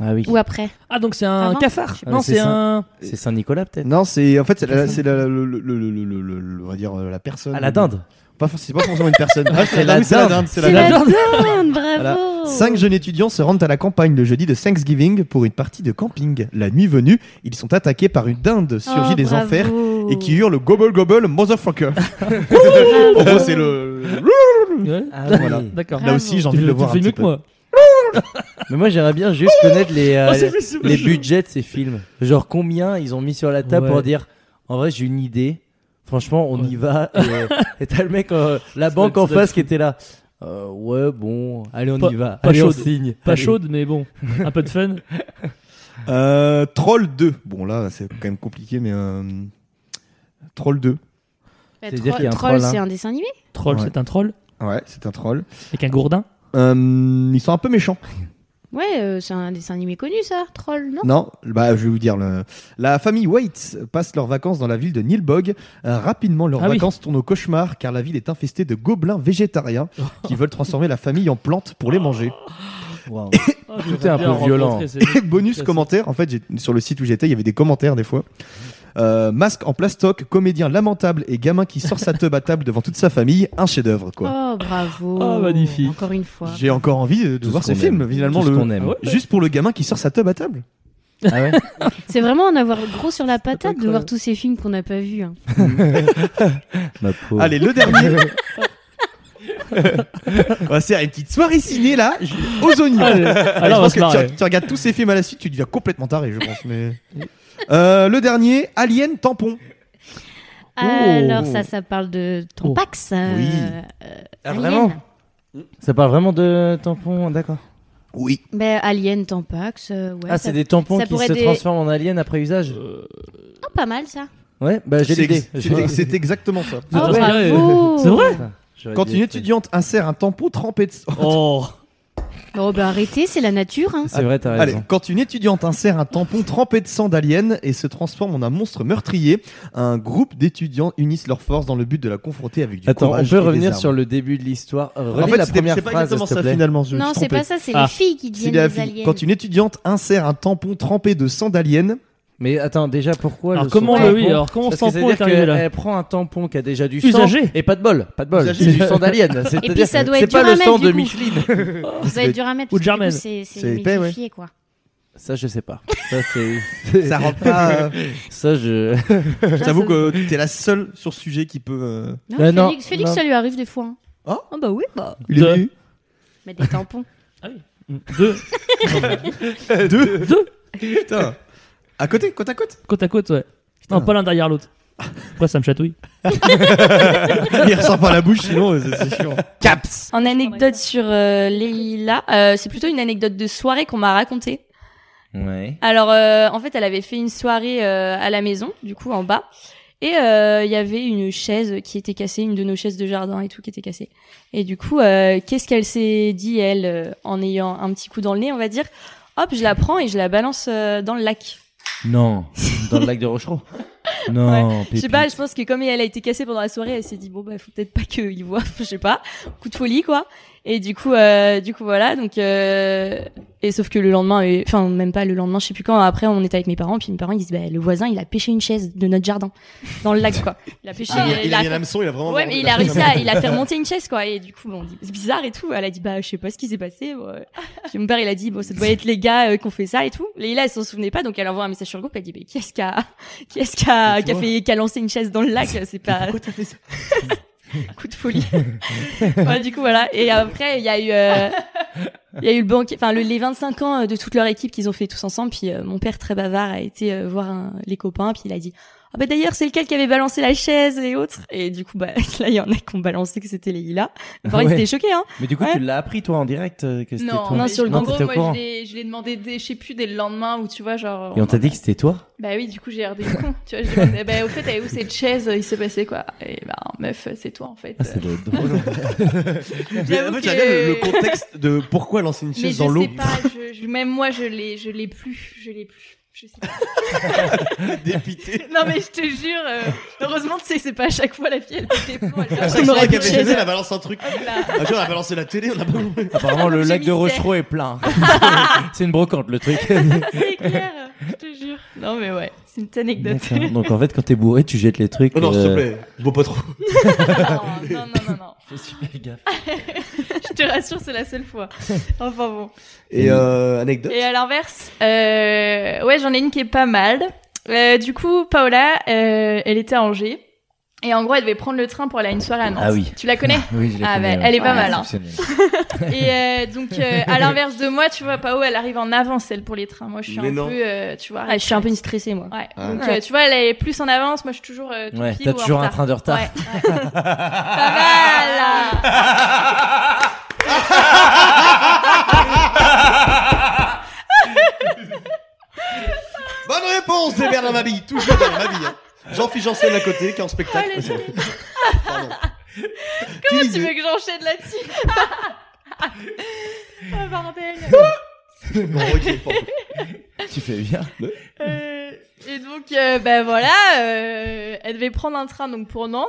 S4: ah oui.
S3: ou après.
S11: Ah, donc c'est un
S3: Avant
S11: cafard.
S4: sais pas.
S11: Non,
S4: Ah, c'est
S11: c'est
S4: ça.
S11: un.
S4: C'est Saint-Nicolas, peut-être
S7: Non, c'est en fait c'est la, c'est la- le, le- le- le- le- le- le- on va dire euh, la personne.
S4: À la dinde.
S7: Pas forc- c'est pas forcément une personne. Ah,
S4: C'est la
S7: oui, c'est la
S4: dinde.
S7: dinde. C'est la
S3: C'est la
S7: dinde.
S3: dinde, bravo.
S7: Voilà. Cinq jeunes étudiants se rendent à la campagne le jeudi de Thanksgiving pour une partie de camping. La nuit venue, ils sont attaqués par une dinde surgie
S3: Oh,
S7: des
S3: bravo.
S7: enfers et qui euh, Oh, hurle gobble gobble motherfucker. en gros, c'est le.
S11: Ouais.
S4: Ah, voilà.
S11: D'accord.
S7: Là aussi, j'ai
S11: Tu
S7: envie de le
S11: le
S7: voir.
S11: fais
S7: un
S11: mieux
S7: petit
S11: que
S7: peu.
S11: moi.
S4: Mais moi, j'aimerais bien juste connaître les, euh,
S11: Oh, c'est fait, c'est
S4: les
S11: fait.
S4: budgets de ces films. Genre, combien ils ont mis sur la table
S11: Ouais.
S4: pour dire en vrai, j'ai une idée. Franchement, on
S11: Ouais.
S4: y va. Et, et t'as le mec, euh, la banque
S11: doit-
S4: en
S11: ça doit
S4: face qui était là. Euh, ouais, bon, allez, on
S11: Pas-
S4: y va.
S11: Pas
S4: allez, on
S11: chaude.
S4: signe.
S11: Pas
S4: Allez.
S11: chaude, mais bon, un peu de fun.
S7: Euh, Troll 2. Bon, là, c'est quand même compliqué, mais. euh, Troll 2.
S3: Bah,
S4: C'est-à-dire qu'il y a un
S3: Troll,
S4: troll, hein.
S3: c'est un dessin animé
S11: Troll,
S7: Ouais.
S11: c'est un troll
S7: Ouais, c'est un troll.
S11: avec un gourdin.
S7: Euh, ils sont un peu méchants.
S3: Ouais, euh, c'est un dessin animé connu, ça, Troll, non
S7: Non, bah, je vais vous dire. Le... La famille Waits passe leurs vacances dans la ville de Nilbog. Euh, rapidement, leurs
S11: Ah oui.
S7: vacances tournent au cauchemar car la ville est infestée de gobelins végétariens qui veulent transformer la famille en plantes pour les manger.
S4: Waouh.
S11: Tout
S4: est un peu violent.
S7: Bonus
S11: Ça, c'est-
S7: commentaire. En fait, j'ai- sur le site où j'étais, il y avait des commentaires des fois. Euh, masque en plastoc, comédien lamentable et gamin qui sort sa teub à table devant toute sa famille, un chef-d'œuvre quoi.
S3: Oh, bravo.
S11: Oh, magnifique.
S3: Encore une fois.
S7: J'ai encore envie de, de
S4: ce
S7: voir ce
S4: qu'on
S7: film
S4: aime.
S7: finalement
S4: Tout ce
S7: le
S4: qu'on aime.
S11: Ah ouais
S7: juste pour le gamin qui sort sa teub à table.
S4: Ah ouais
S3: C'est vraiment en avoir gros sur la patate de voir tous ces films qu'on n'a pas vus. hein.
S4: Ma peau.
S7: Allez, le dernier. on va se faire une petite soirée ciné là je- aux oignons.
S11: Allez,
S7: Je
S11: alors on va
S7: pense
S11: se
S7: que
S11: marrer.
S7: tu, tu regardes tous ces films à la suite, tu deviens complètement taré, je pense. Mais Euh, le dernier, Alien Tampon.
S3: Alors, ça, ça parle de euh, ton
S11: Oh.
S3: Pax.
S7: Oui.
S4: Ah, vraiment Ça parle vraiment de tampons, d'accord.
S7: Oui.
S3: Ben, Alien, Tampax, euh, ouais.
S4: ah,
S3: ça-
S4: c'est des tampons
S3: ça
S4: qui
S3: pourrait
S4: se
S3: des-
S4: transforment en aliens après usage
S3: Oh, pas mal ça.
S4: Ouais, bah j'ai
S7: C'est
S4: l'idée.
S7: ex- c'est- C'est exactement ça.
S11: Vous êtes
S3: Oh,
S11: inspiré,
S3: bravo.
S11: euh, C'est vrai
S4: J'aurais
S7: Quand
S4: dit-
S7: une étudiante insère un tampon trempé de sang.
S11: Oh
S3: Bon, ben arrêtez, c'est la nature. Hein.
S4: C'est vrai, t'as
S7: Allez,
S4: raison.
S7: quand une étudiante insère un tampon trempé de sang d'alien et se transforme en un monstre meurtrier, un groupe d'étudiants unissent leurs forces dans le but de la confronter avec du
S4: Attends, on
S7: courage
S4: peut
S7: et des
S4: revenir
S7: armes.
S4: sur le début de l'histoire. Euh,
S7: En
S4: relis
S7: fait,
S4: la
S7: c'était-
S4: première
S7: c'est pas
S4: phrase,
S7: exactement
S4: s'il te
S7: ça
S4: plaît.
S7: finalement. je me
S3: Non,
S7: suis
S3: c'est
S7: trompé.
S3: pas ça, c'est
S11: Ah.
S3: les filles qui
S7: C'est
S3: deviennent
S7: la
S3: des
S7: fille.
S3: aliens.
S7: Quand une étudiante insère un tampon trempé de sang d'alien,
S4: Mais attends, déjà pourquoi
S11: Alors
S4: le
S11: comment,
S4: sang
S11: le, oui,
S4: tampon
S11: alors comment
S4: Parce
S11: ce
S4: que
S11: tampon est
S4: c'est-à-dire
S11: arrivé là
S4: qu'elle prend un tampon qui a déjà du sang
S11: Usagé.
S4: et pas de bol, pas de bol,
S7: Usagé.
S4: c'est du sang d'alien.
S3: Et
S4: C'est-à-dire
S3: puis ça
S4: que
S3: doit
S4: c'est
S3: être
S4: pas
S3: dur
S4: le
S3: à mettre,
S4: sang
S3: du
S4: de
S3: coup.
S4: Micheline.
S3: Ça va être dur à mettre.
S11: Ou
S3: parce que du
S11: Germaine.
S3: coup, C'est c'est
S7: C'est épais, ouais.
S3: mythifié, quoi.
S4: Ça je sais pas. Ça c'est
S7: ça rentre pas. euh,
S4: ça je
S7: J'avoue que t'es la seule sur ce sujet qui peut. euh,
S3: Bah Non,
S4: Euh, non,
S3: Félix, Félix,
S4: non.
S3: ça lui arrive des fois. hein.
S7: Oh.
S3: bah oui, bah.
S7: il est
S11: De-
S7: nu.
S3: Mettre des tampons.
S11: Mm. Deux
S7: Deux.
S11: Deux.
S7: Putain. À côté, côte à côte.
S11: côte à côte, ouais. Non, pas l'un derrière l'autre. Pourquoi ça me chatouille
S7: Il ressort par la bouche, sinon euh, c'est c'est chiant.
S1: Caps
S8: En anecdote sur euh, Leila, euh, c'est plutôt une anecdote de soirée qu'on m'a racontée.
S4: Ouais.
S8: Alors, euh, en fait, elle avait fait une soirée euh, à la maison, du coup, en bas. Et euh, il y avait une chaise qui était cassée, une de nos chaises de jardin et tout qui était cassée. Et du coup, euh, qu'est-ce qu'elle s'est dit, elle, euh, en ayant un petit coup dans le nez, on va dire Hop, je la prends et je la balance euh, dans le lac.
S4: Non, dans le lac de Rochereau. Non,
S8: Je sais pas, je pense que comme elle a été cassée pendant la soirée, elle s'est dit bon bah faut peut-être pas qu'il voit, je sais pas, coup de folie quoi. Et du coup, euh, du coup voilà donc euh, et sauf que le lendemain, et- enfin même pas le lendemain, je sais plus quand. Après on était avec mes parents, puis mes parents ils disent bah le voisin il a pêché une chaise de notre jardin dans le lac quoi. Il a pêché, Ah, il a-
S7: hameçon, il a vraiment.
S8: ouais mais il a réussi à, il a fait remonter une chaise quoi. Et du coup bon, on dit, c'est bizarre et tout. Elle a dit bah je sais pas ce qui s'est passé. bon, euh. Puis mon père il a dit bon ça doit être les gars euh, qui ont fait ça et tout. Et là elle s'en souvenait pas donc elle envoie un message sur le groupe. Elle dit mais qui est-ce qui a, qui est-ce qui a,
S7: Mais tu
S8: qui a
S7: vois.
S8: fait, qui a lancé une chaise dans le lac C'est pas
S7: Pourquoi t'as fait ça
S8: coup de folie. Ouais, du coup, voilà. Et après, il y a eu, euh, il y a eu le banquet, enfin, le- les 25 ans euh, de toute leur équipe qu'ils ont fait tous ensemble. Puis euh, mon père, très bavard, a été euh, voir un- les copains. Puis il a dit, ah bah d'ailleurs, c'est lequel qui avait balancé la chaise et autres. Et du coup, bah, là, il y en a qui ont balancé que c'était les Lila. Enfin, ils
S4: Ah Ouais.
S8: étaient choqués, hein.
S4: Mais du coup,
S8: Ouais.
S4: tu l'as appris toi en direct euh, que c'était toi.
S8: non, sur le
S4: non,
S8: groupe,
S4: t'étais au courant.
S9: moi, je l'ai- je l'ai demandé, dès, je sais plus, dès le lendemain, où tu vois, genre...
S4: Et on t'a dit que c'était toi
S9: Bah oui, du coup, j'ai l'air des cons, tu vois, je demande, eh
S8: bah,
S9: ben, au fait, elle est où cette chaise Il s'est passé quoi Et bah, meuf, c'est toi, en fait.
S4: Ah, ça doit être drôle.
S7: Mais en fait, j'aime
S9: J'avoue
S7: bien le, le
S9: que-
S7: contexte de pourquoi lancer une
S9: Mais
S7: chaise
S9: je
S7: dans l'eau.
S9: sais pas, je, je- même moi, je l'ai, je l'ai plus, je l'ai plus. Je sais pas.
S7: Dépité.
S9: Non mais je te jure, euh, heureusement tu sais c'est pas à chaque fois la fille elle te dépend. Elle
S7: À
S9: fait,
S7: chaque
S8: On
S7: fois
S8: aurait
S7: qu'elle
S8: pu
S7: fait
S8: chaise.
S7: chaise, elle a balancé un truc.
S9: hop là.
S7: Un jour, elle a balancé la télé, on a pas
S4: Apparemment, le
S9: J'ai
S4: lac de
S9: mystère.
S4: Rochereau est plein. c'est une brocante le truc.
S9: C'est clair, je te jure. Non mais ouais, c'est une petite anecdote.
S4: D'accord. Donc en fait, quand t'es bourré, tu jettes les trucs.
S7: Oh non, s'il te
S4: euh,
S7: plaît, bois pas trop.
S9: non, non, non, non, non.
S4: fais super gaffe.
S9: Je te rassure, c'est la seule fois. Enfin bon.
S7: Et euh, anecdote.
S9: Et à l'inverse, euh, ouais, j'en ai une qui est pas mal. Euh, du coup, Paola, euh, elle était à Angers. Et en gros, elle devait prendre le train pour aller à une soirée à Nantes.
S4: Ah oui.
S9: Tu la connais
S4: Oui, je l'ai
S9: Ah,
S4: connue,
S9: bah,
S4: ouais.
S9: elle est pas
S4: Ah,
S9: mal, hein.
S4: exceptionnelle.
S9: Et euh, donc, euh, à l'inverse de moi, tu vois, Pao, elle arrive en avance, elle, pour les trains. Moi, je suis
S7: Mais
S9: un
S7: non.
S9: peu, euh, tu vois...
S8: Ah, je suis un peu une stressée, moi.
S9: Ouais.
S7: Ah.
S9: Donc, euh, tu vois, elle est plus en avance. Moi, je suis toujours euh, tout
S4: Ouais,
S9: pile
S4: t'as
S9: ou en
S4: toujours un
S9: retard.
S7: Ah,
S4: train de retard.
S9: Ah, Ouais, ouais. pas mal
S8: euh,
S2: Bonne réponse des Bernard Mabille, toujours Bernard Mabille. hein. Jean-Philippe Janssen à côté, qui est en spectacle.
S8: Oh, les génies.
S2: Pardon.
S8: Comment
S2: Tu
S8: tu,
S2: disais.
S8: veux que j'enchaîne là-dessus Ah bordel
S2: Bon, ok, bon.
S4: Tu fais bien.
S8: Euh, Et donc, euh, ben voilà, euh, elle devait prendre un train donc pour Nantes.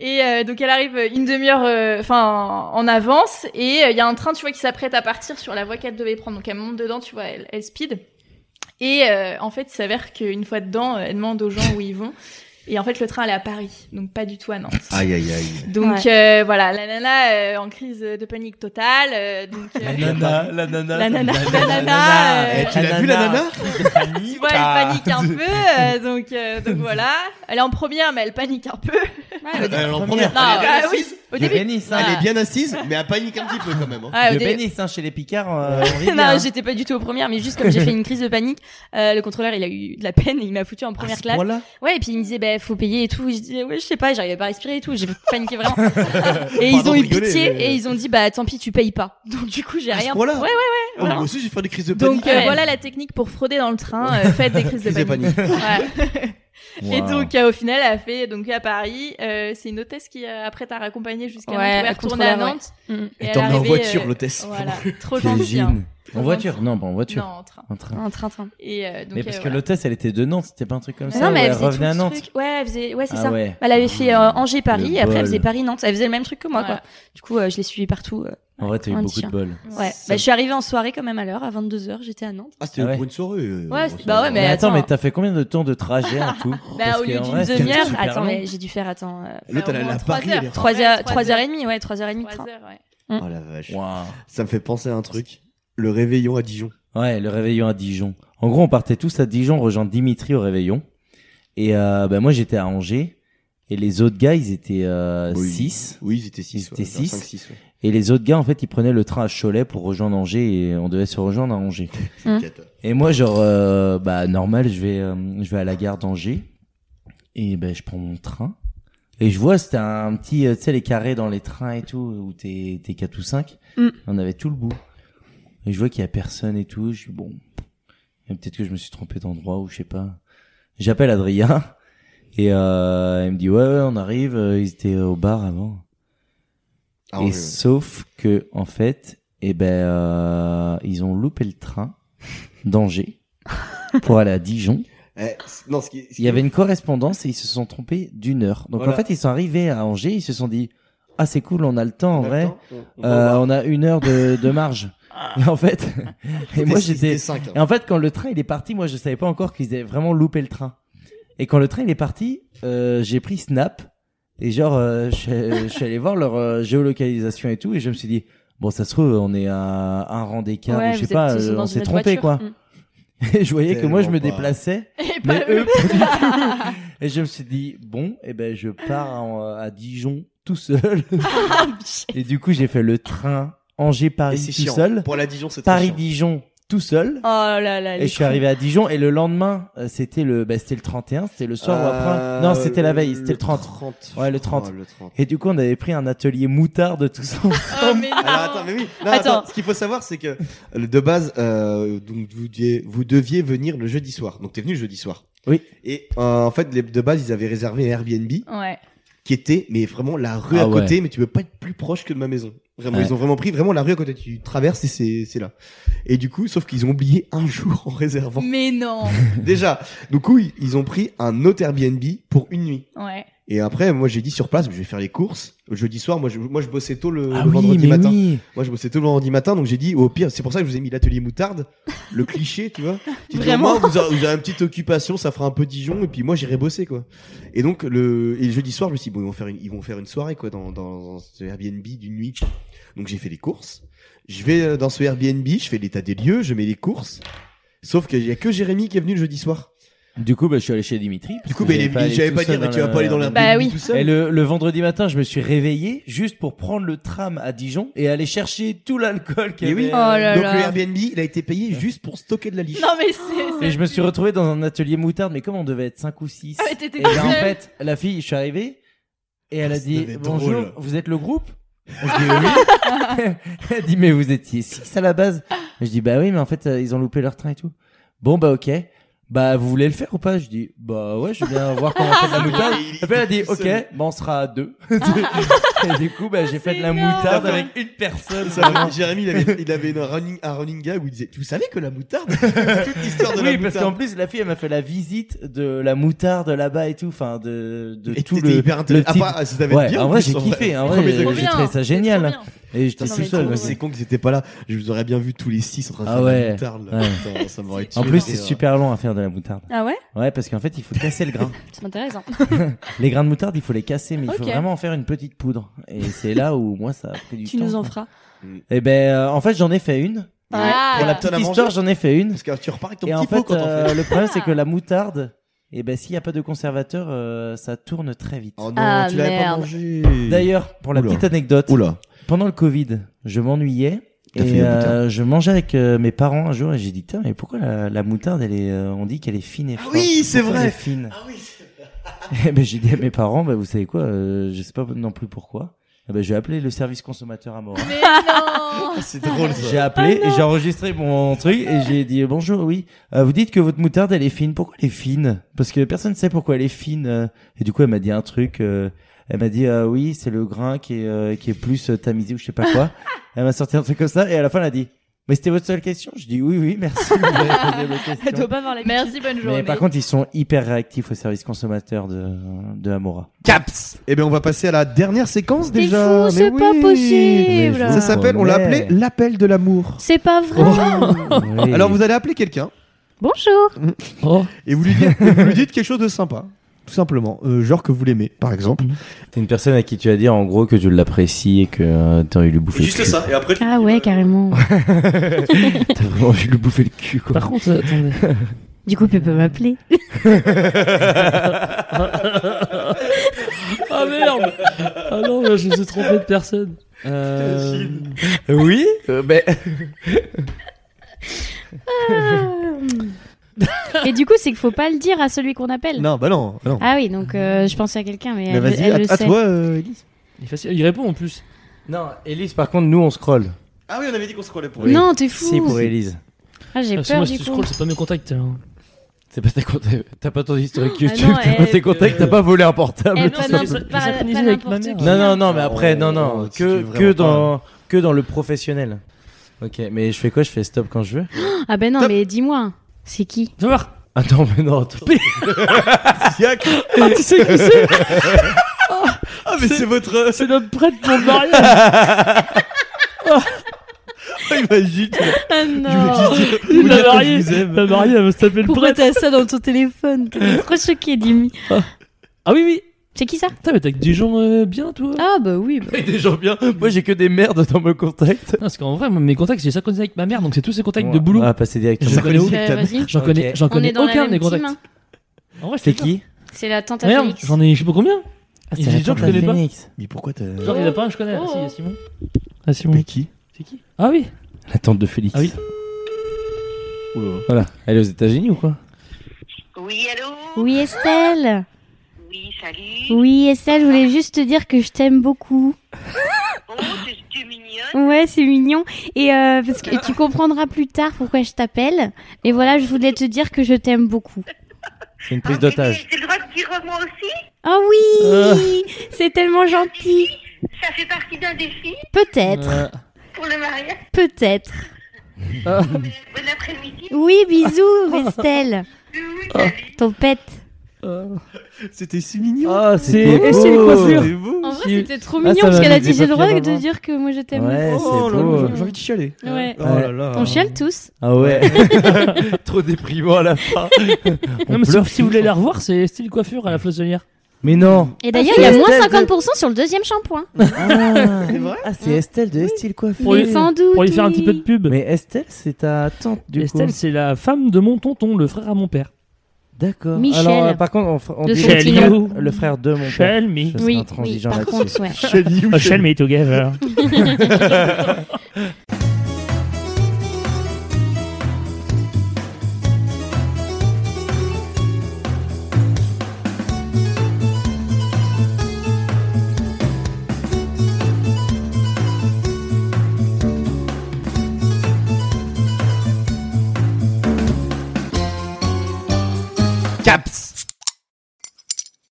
S8: Et euh, donc elle arrive une demi-heure, euh, enfin en avance, et euh, il y a un train, tu vois, qui s'apprête à partir sur la voie qu'elle devait prendre. Donc elle monte dedans, tu vois, elle, elle speed. Et euh, en fait, il s'avère qu'une fois dedans, euh, elle demande aux gens où ils vont. Et en fait, le train elle est à Paris, donc pas du tout à Nantes.
S2: Aïe, aïe, aïe.
S8: Donc euh, voilà, la nana euh, en crise de panique totale. euh, donc, euh,
S4: La nana, la nana.
S8: La nana, la nana, euh,
S2: Eh, tu l'as vu, la nana
S8: tu vois, elle
S4: Ah.
S8: panique un peu, euh, donc, euh, donc voilà. Elle est en première, mais elle panique un peu.
S2: Elle est en première.
S8: Non,
S2: Elle est bien
S8: bah oui,
S2: assise.
S8: au début.
S2: Elle est bien assise, mais elle panique un petit peu quand même. hein.
S8: Ouais, au
S4: Le
S8: début-
S4: bénisse, hein, chez les Picards. euh, on rit
S8: non,
S4: bien, hein.
S8: j'étais pas du tout aux premières, mais juste comme j'ai fait une crise de panique, euh, le contrôleur il a eu de la peine, il m'a foutu en première classe.
S4: Voilà.
S8: Ouais, et puis il me disait, bah, faut payer et tout. Je disais, ouais, je sais pas, j'arrivais pas à respirer et tout. J'ai paniqué vraiment. et ils
S2: Pardon
S8: ont
S2: de
S8: eu
S2: rigoler,
S8: pitié
S2: mais-
S8: et ils ont dit, bah, tant pis, tu payes pas. Donc du coup, j'ai
S2: À ce
S8: Ah, rien.
S2: point-là
S8: Ouais, ouais, ouais.
S2: Oh,
S8: voilà.
S2: moi aussi, j'ai fait des crises de panique.
S8: Donc euh, voilà la technique pour frauder dans le train, euh, faites des crises de
S2: Crise de
S8: panique. Ouais. Et
S4: Wow.
S8: donc euh, au final, elle a fait donc à Paris. euh, c'est une hôtesse qui euh, après t'a accompagnée jusqu'à
S9: Ouais,
S8: Nantes, où elle
S9: la
S8: est retournée à
S9: contrôleur,
S8: Nantes.
S9: ouais. Mm.
S8: Et elle est
S2: t'emmène en
S8: arrivée,
S2: voiture,
S8: euh,
S2: l'hôtesse.
S8: Voilà, trop gentil. hein.
S4: Cuisine.
S8: Trop
S4: En voiture
S8: gentil.
S4: Non, pas en voiture.
S8: Non, en train.
S4: En train.
S9: Un train-train.
S8: Et euh, donc,
S4: mais parce
S8: euh,
S4: que
S8: voilà.
S4: l'hôtesse, elle était de Nantes, c'était pas un truc comme ça.
S9: non, mais
S4: où
S9: elle
S4: elle
S9: faisait
S4: revenait
S9: tout
S4: à
S9: ce
S4: Nantes.
S9: truc. Ouais, elle faisait, ouais, c'est
S4: Ah
S9: ça.
S4: ouais.
S9: Elle avait fait euh, Angers Paris
S4: Le
S9: et après elle faisait
S4: bol.
S9: Paris Nantes. Elle faisait le même truc que moi
S8: Voilà.
S9: quoi. Du coup, euh, je l'ai suivi partout. euh.
S4: En vrai, t'as eu
S9: Un
S4: beaucoup de
S9: chien.
S4: bol.
S9: Ouais.
S4: Ça-
S9: Bah, je suis arrivée en soirée quand même à l'heure, à 22h, j'étais à Nantes.
S2: Ah, c'était
S4: Ah ouais.
S2: pour une soirée. euh,
S8: Ouais,
S2: bon,
S8: c'est-
S2: ça
S8: bah
S2: va.
S8: ouais,
S4: Mais
S8: Mais
S4: attends,
S8: attends.
S4: mais t'as fait combien de temps de trajet en tout Parce
S8: au lieu
S4: qu'en
S8: d'une
S4: vrai, c'était
S8: demi-heure,
S4: super
S9: Attends,
S4: long.
S9: mais j'ai dû faire, attends, euh,
S2: L'autre, elle allait à
S8: Trois
S2: Paris. elle est
S8: heures.
S2: rentrée.
S8: Trois
S9: 3h,
S8: heures,
S9: 3h30, ouais, 3h30 de train.
S8: Trois heures, ouais.
S2: Oh la vache.
S4: Waouh.
S2: Ça me fait penser à un truc. Le réveillon à Dijon.
S4: Ouais, le réveillon à Dijon. En gros, on partait tous à Dijon rejoindre Dimitri au réveillon. Et euh, bah, moi, j'étais à Angers. Et les autres gars, ils étaient 6.
S2: Oui. Oui, ils étaient 6.
S4: Ils étaient six.
S2: 5, 6.
S4: Et les autres gars, en fait, ils prenaient le train à Cholet pour rejoindre Angers. Et on devait se rejoindre à Angers. Et moi, genre, euh, bah, normal, je vais, euh, je vais à la gare d'Angers. Et ben, je prends mon train. Et je vois, c'était un petit, euh, tu sais, les carrés dans les trains et tout, où t'es, t'es 4 ou 5.
S9: Mm.
S4: On avait tout le bout. Et je vois qu'il y a personne et tout. Je suis bon. Et peut-être que je me suis trompé d'endroit ou je sais pas. J'appelle Adrien. Et, euh, il me dit, ouais, ouais, on arrive. Euh, Ils étaient au bar avant.
S2: Ah,
S4: et
S2: ouais, ouais.
S4: sauf que, en fait, eh ben, euh, ils ont loupé le train d'Angers pour aller à Dijon.
S2: Eh, c- non, ce qui, ce
S4: Il
S2: qui-
S4: y avait une correspondance et ils se sont trompés d'une heure. Donc
S2: Voilà.
S4: en fait, ils sont arrivés à Angers, ils se sont dit ah c'est cool, on a le temps en vrai,
S2: Attends, on- on va
S4: Euh,
S2: voir. Ah.
S4: on a une heure de, de marge. Et en fait, et moi
S2: Ils étaient
S4: j'étais,
S2: 5.
S4: et en fait quand le train il est parti, moi je savais pas encore qu'ils avaient vraiment loupé le train. Et quand le train il est parti, euh, j'ai pris Snap et genre euh, je, suis- je suis allé voir leur euh, géolocalisation et tout et je me suis dit bon ça se trouve on est à un rang d'écart
S9: Ouais,
S4: ou je
S9: vous
S4: sais
S9: êtes
S4: pas,
S9: tous
S4: euh, on
S9: dans une
S4: s'est
S9: autre
S4: trompé
S9: voiture.
S4: quoi.
S9: Mm.
S4: Et je voyais que moi je me
S2: Tellement pas.
S4: déplaçais.
S8: Et pas
S4: Mais
S8: eux.
S4: eux, pas du tout. Et je me suis dit, bon, eh ben, je pars en, euh, à Dijon tout seul. et du coup, j'ai fait le train
S2: Et
S4: Angers-Paris
S2: c'est
S4: tout
S2: chiant.
S4: seul.
S2: Pour la Dijon, c'est très chiant.
S4: Paris-Dijon tout seul.
S8: Oh là là.
S4: et je suis arrivé à Dijon. Et le lendemain, euh, c'était le, bah, c'était le 31, c'était le soir ou
S2: Euh,
S4: après. Non, c'était la veille, c'était le 30.
S2: 30.
S4: Ouais, le 30.
S2: Oh, le 30.
S4: Et du coup, on avait pris un atelier moutarde tous ensemble.
S8: Oh, mais non.
S2: Alors attends, mais oui. Non, attends. Ce qu'il faut savoir, c'est que euh, de base, euh, donc vous deviez, vous deviez venir le jeudi soir. Donc t'es venu le jeudi soir.
S4: Oui.
S2: Et euh, en fait, les, de base, ils avaient réservé un Airbnb
S8: Ouais.
S2: qui était, mais vraiment la rue
S4: Ah
S2: à
S4: ouais.
S2: côté. Mais tu peux pas être plus proche que de ma maison. Vraiment,
S4: Ouais.
S2: ils ont vraiment pris vraiment la rue à côté. Tu traverses et c'est c'est là. Et du coup, sauf qu'ils ont oublié un jour en réservant.
S8: Mais non.
S2: Déjà, du coup, ils, ils ont pris un autre Airbnb pour une nuit.
S8: Ouais.
S2: Et après, moi, j'ai dit sur place, je vais faire les courses. Le jeudi soir, moi, je, moi, je bossais tôt le,
S4: Ah
S2: le
S4: oui,
S2: vendredi
S4: mais
S2: matin.
S4: oui.
S2: Moi, je bossais tout le vendredi matin, donc j'ai dit, au pire, c'est pour ça que je vous ai mis l'atelier moutarde, le cliché, tu vois. Tu dis, au moins,
S8: Vraiment.
S2: vous, aurez- vous avez une petite occupation, ça fera un peu Dijon, et puis moi, j'irai bosser, quoi. Et donc, le, et le jeudi soir, je me suis dit, bon, ils vont faire une, ils vont faire une soirée, quoi, dans, dans, dans ce Airbnb d'une nuit. Donc, j'ai fait les courses. Je vais euh, dans ce Airbnb, je fais l'état des lieux, je mets les courses. Sauf qu'il y a que Jérémy qui est venu le jeudi soir.
S4: Du coup, bah, je suis allé chez Dimitri.
S2: Du coup, ben, il est- il- j'avais pas, dire, mais tu vas pas aller dans
S4: la
S2: l'Airbnb
S8: Bah oui.
S2: tout seul.
S4: Et le, le vendredi matin, je me suis réveillé juste pour prendre le tram à Dijon et aller chercher tout l'alcool qu'il y
S2: Eh oui.
S4: avait.
S8: Oh là
S2: Donc le
S8: là.
S2: Airbnb, il a été
S7: Oh
S2: payé juste pour stocker de la liche.
S8: Non mais c'est.
S4: Et je me suis retrouvé dans un atelier moutarde, mais comme on devait être 5 ou 6.
S8: Ah, mais t'étais
S4: et
S8: tout
S4: ben, en
S8: seul.
S4: fait, la fille, je suis arrivé et elle
S2: Ah,
S4: a
S2: ça
S4: dit
S2: devait être
S4: Bonjour,
S2: drôle.
S4: vous êtes le groupe Je dis oui. Elle dit mais vous étiez six à la base. Je dis bah oui mais en fait euh, ils ont loupé leur train et tout. Bon bah ok. Bah vous voulez le faire ou pas Je dis bah ouais je viens voir comment on fait de la moutarde. Après elle dit ok bah on sera à deux. et du coup bah j'ai fait de la moutarde avec une personne.
S7: Ça,
S4: vraiment.
S7: Jérémy, il avait, il avait une running, un running gag où il disait Tu savais que la moutarde C'est toute l'histoire de la
S4: oui,
S7: moutarde.
S4: parce qu'en plus, la fille, elle m'a fait la visite de la moutarde là-bas et tout, enfin, de, de
S7: Et
S4: tout
S7: t'étais
S4: le.
S7: hyper
S4: le
S7: intéressé. Ah,
S4: type.
S7: bah, ça t'avait
S4: ouais,
S7: bien,
S4: en
S7: en
S4: vrai,
S7: plus,
S4: j'ai
S7: en vrai.
S4: kiffé, en
S7: Premier
S4: vrai,
S7: degré.
S4: j'ai trouvé ça génial. Et j'étais
S7: Non,
S4: tout
S7: mais
S4: seul.
S7: trop bien.
S4: ouais.
S7: C'est con qu'ils étaient pas là. Je vous aurais bien vu tous les six en train de
S4: Ah
S7: faire
S4: ouais.
S7: la moutarde. là.
S4: ouais.
S7: Putain, ça m'aurait
S4: en
S7: tué.
S4: plus, c'est
S12: hein.
S4: super long à faire de la moutarde.
S9: Ah ouais
S4: Ouais, parce qu'en fait, il faut casser le grain.
S9: C'est
S8: hein.
S9: intéressant.
S4: les grains de moutarde, il faut les casser, mais il faut
S9: Ok.
S4: vraiment en faire une petite poudre. Et c'est là où moi, ça a pris du
S9: Tu
S4: temps.
S9: nous en feras.
S4: Et ben, euh, en fait, j'en ai fait une.
S9: Ah.
S4: Pour la
S7: T'en as
S4: petite
S7: mangé
S4: histoire, j'en ai fait une.
S7: Parce que tu repars avec ton
S4: Et
S7: petit
S4: en
S7: pot
S4: fait,
S7: quand on
S4: euh,
S7: fait.
S4: le problème,
S7: Ah.
S4: c'est que la moutarde, et ben, s'il n'y a pas de conservateur, euh, ça tourne très vite.
S7: Oh non,
S9: Ah,
S7: tu l'avais pas
S9: merde.
S7: mangé.
S4: D'ailleurs, pour la
S7: Oula.
S4: petite anecdote,
S7: Oula.
S4: pendant le Covid, je m'ennuyais
S7: T'as fait
S4: et
S7: la
S4: euh,
S7: moutarde.
S4: je mangeais avec euh, mes parents un jour et j'ai dit tiens mais pourquoi la, la moutarde elle est euh, on dit qu'elle est fine et
S7: Ah
S4: froide.
S7: oui, c'est
S4: Pourquoi elle
S7: vrai. Ah
S4: est fine. Eh ben, j'ai dit à mes parents, bah, vous savez quoi, euh, je sais pas non plus pourquoi. Eh ben, j'ai appelé le service consommateur à Morin.
S9: Mais
S8: Ah,
S9: non
S7: C'est
S4: Ah,
S7: drôle ça.
S4: J'ai appelé et j'ai enregistré mon truc et j'ai dit bonjour, oui. euh, vous dites que votre moutarde elle est fine. Pourquoi elle est fine Parce que personne ne sait pourquoi elle est fine. euh. Et du coup, elle m'a dit un truc. euh, elle m'a dit euh, oui, c'est le grain qui est euh, qui est plus euh, tamisé ou je sais pas quoi. elle m'a sorti un truc comme ça et à la fin elle a dit mais c'était votre seule question. Je dis oui, oui, merci. vous m'avez posé vos
S9: Elle doit
S4: questions.
S9: pas avoir la Merci, bonne journée.
S4: Mais par contre, ils sont hyper réactifs au service consommateur de de Amora.
S13: Caps
S12: Eh bien, on va passer à la dernière séquence
S3: T'es
S12: déjà.
S3: fou,
S12: Mais
S3: c'est pas
S12: oui.
S3: possible.
S12: Ça s'appelle, on l'a appelé l'appel de l'amour.
S3: C'est pas vrai. Oh.
S4: Oui.
S12: Alors, vous allez appeler quelqu'un
S3: Bonjour.
S12: et vous lui, dites, vous lui dites quelque chose de sympa, tout simplement. Euh, genre que vous l'aimez, par exemple.
S4: T'es une personne à qui tu vas dire en gros que tu l'apprécies et que euh, t'as envie de lui bouffer
S7: Juste ça. Et après, tu-
S3: Ah ouais, carrément.
S4: T'as vraiment envie de lui bouffer le cul quoi.
S6: Par contre, euh, attendez.
S3: Du coup, tu peux m'appeler.
S6: Ah merde Ah non, je me suis trompé de personne. Euh...
S4: Oui, mais
S3: Et du coup, c'est qu'il faut pas le dire à celui qu'on appelle.
S12: Non, bah non. bah non.
S3: Ah oui, donc euh, je pensais à quelqu'un, mais,
S12: Mais
S3: elle,
S12: vas-y,
S3: elle le
S12: à, à
S3: sait.
S12: toi, euh, Elise.
S6: Il, est facile. il répond en plus.
S4: non, Elise par contre nous on scroll.
S7: Ah oui, on avait dit qu'on se croyait pour
S4: Oui.
S3: Non, t'es fou.
S4: Si pour Elise.
S3: Ah, j'ai
S6: Parce que
S3: peur
S6: moi,
S3: du
S6: si tu
S3: coup.
S6: scrolls, c'est pas mes contacts. hein.
S4: C'est pas ta contact, t'as pas ton historique YouTube,
S3: non,
S4: t'as pas
S3: eh,
S4: tes contacts, t'as pas volé un portable.
S3: Eh,
S6: Non,
S8: ben
S3: pas
S6: c'est
S3: n'importe-
S6: les- les
S3: pas- pas
S6: synchronisés avec ma
S3: n'importe
S6: mère.
S3: qui.
S4: euh, Non non non mais après non
S7: Oh,
S4: non
S7: si tu
S4: que
S7: veux vraiment
S4: que dans que dans le professionnel. Ok mais je fais quoi Je fais stop quand je veux
S3: Ah ben non,
S7: Top.
S3: mais dis-moi, c'est qui
S6: Tu vas voir.
S4: Attends mais non. attends.
S6: Ah, tu sais qui c'est
S7: Ah, mais c'est votre.
S6: C'est notre prêtre pour le mariage.
S7: Imagine.
S3: Ah non
S6: La mariée, la mariée, elle va se taper le
S3: Pourquoi
S6: prêtre.
S3: t'as ça dans ton téléphone T'es trop choqué, Dimi.
S6: Ah oui, oui.
S3: C'est qui ça
S6: Putain, mais t'as que des gens euh, bien, toi.
S3: Ah bah oui. bah.
S4: Avec des gens bien. Moi j'ai que des merdes dans mes contacts.
S6: Non, parce qu'en vrai, moi, mes contacts, j'ai ça connecté avec ma mère, donc c'est tous ces contacts de boulot.
S4: On
S7: Ah.
S4: va passer directement.
S6: Je
S7: Ça
S6: connais
S7: connaît-
S4: Eh
S6: aucun.
S3: Euh,
S8: Ah,
S3: Vas-y,
S6: J'en connais, j'en
S3: on
S6: connais
S3: est dans
S6: aucun
S3: la
S6: de mes
S3: même team.
S6: contacts.
S3: hein.
S6: En vrai, je
S4: C'est
S6: te jure.
S4: qui
S3: C'est la tente à
S6: Merde,
S3: Félix.
S6: j'en ai, je sais pas combien.
S4: Ah,
S6: Il y a des gens que je connais pas.
S7: Mais pourquoi t'as.
S6: Genre, il y en a pas un que je connais. Ah,
S3: Oh.
S6: si, il y a Simon. Ah, Simon.
S7: Mais qui
S6: C'est qui Ah oui.
S4: La tante de Félix.
S6: Ah oui.
S7: Oula.
S4: Voilà. Elle est aux États-Unis ou quoi
S1: Oui, allô
S3: Oui, Estelle.
S1: Oui, salut.
S3: Oui, Estelle, je voulais juste te dire que je t'aime beaucoup.
S1: Oh, t'es- t'es mignonne.
S3: Ouais, c'est mignon. Et euh, parce que tu comprendras plus tard pourquoi je t'appelle. Mais voilà, je voulais te dire que je t'aime beaucoup.
S4: C'est une
S1: Ah,
S4: prise
S1: mais
S4: d'otage.
S1: J'ai le droit de dire moi aussi
S3: Oh oui
S6: Ah.
S3: C'est tellement gentil.
S1: Ça fait partie d'un défi
S3: Peut-être,
S6: Euh,
S1: pour le mariage.
S3: peut-être.
S1: Bon après-midi.
S3: Oui, bisous, Estelle.
S1: Ah.
S6: Ah.
S3: Ton pète.
S6: euh,
S7: C'était si mignon.
S6: Ah, c'est.
S4: beau.
S6: Eh, c'est une
S4: Oh.
S6: coiffure.
S7: C'est beau.
S3: En vrai,
S6: Si- Ah,
S3: c'était trop
S4: Ah,
S3: mignon
S4: ça
S3: parce
S4: va,
S3: qu'elle a
S4: des
S3: dit j'ai le
S4: papiers
S3: droit de
S4: maman.
S3: dire que moi je t'aime.
S4: Ouais,
S7: Oh
S4: Eh, c'est
S7: là
S4: beau.
S7: là, j'ai envie de chialer.
S3: Ouais.
S7: Oh là là.
S3: On chiale tous.
S4: Ah ouais. Trop déprimant à la fin. On
S6: Non, mais
S4: pleure
S6: sauf si vous voulez la revoir, c'est style coiffure à la floissonnière.
S4: Mais non.
S6: Ah,
S3: Et d'ailleurs, il y a moins 50% sur le deuxième shampoing.
S4: Ah,
S7: C'est vrai
S4: Ah, c'est Estelle de Estelle Coiffure.
S6: Pour
S3: Mais
S6: lui-
S3: sans doute.
S6: Pour lui faire un petit peu de
S3: oui.
S6: pub.
S4: Mais Estelle, c'est ta tante du
S6: Estelle,
S4: coup.
S6: c'est la femme de mon tonton, le frère à mon père.
S4: D'accord.
S3: Michel.
S4: Alors, euh, par contre, on, f- on
S3: De
S4: dit
S3: son petit nom.
S4: le, le frère de mon père.
S6: Shell me.
S4: Je serai
S3: Oui, oui,
S4: intransigeant
S3: par
S4: là-dessus.
S3: contre, ouais.
S6: Oh, Shell me together.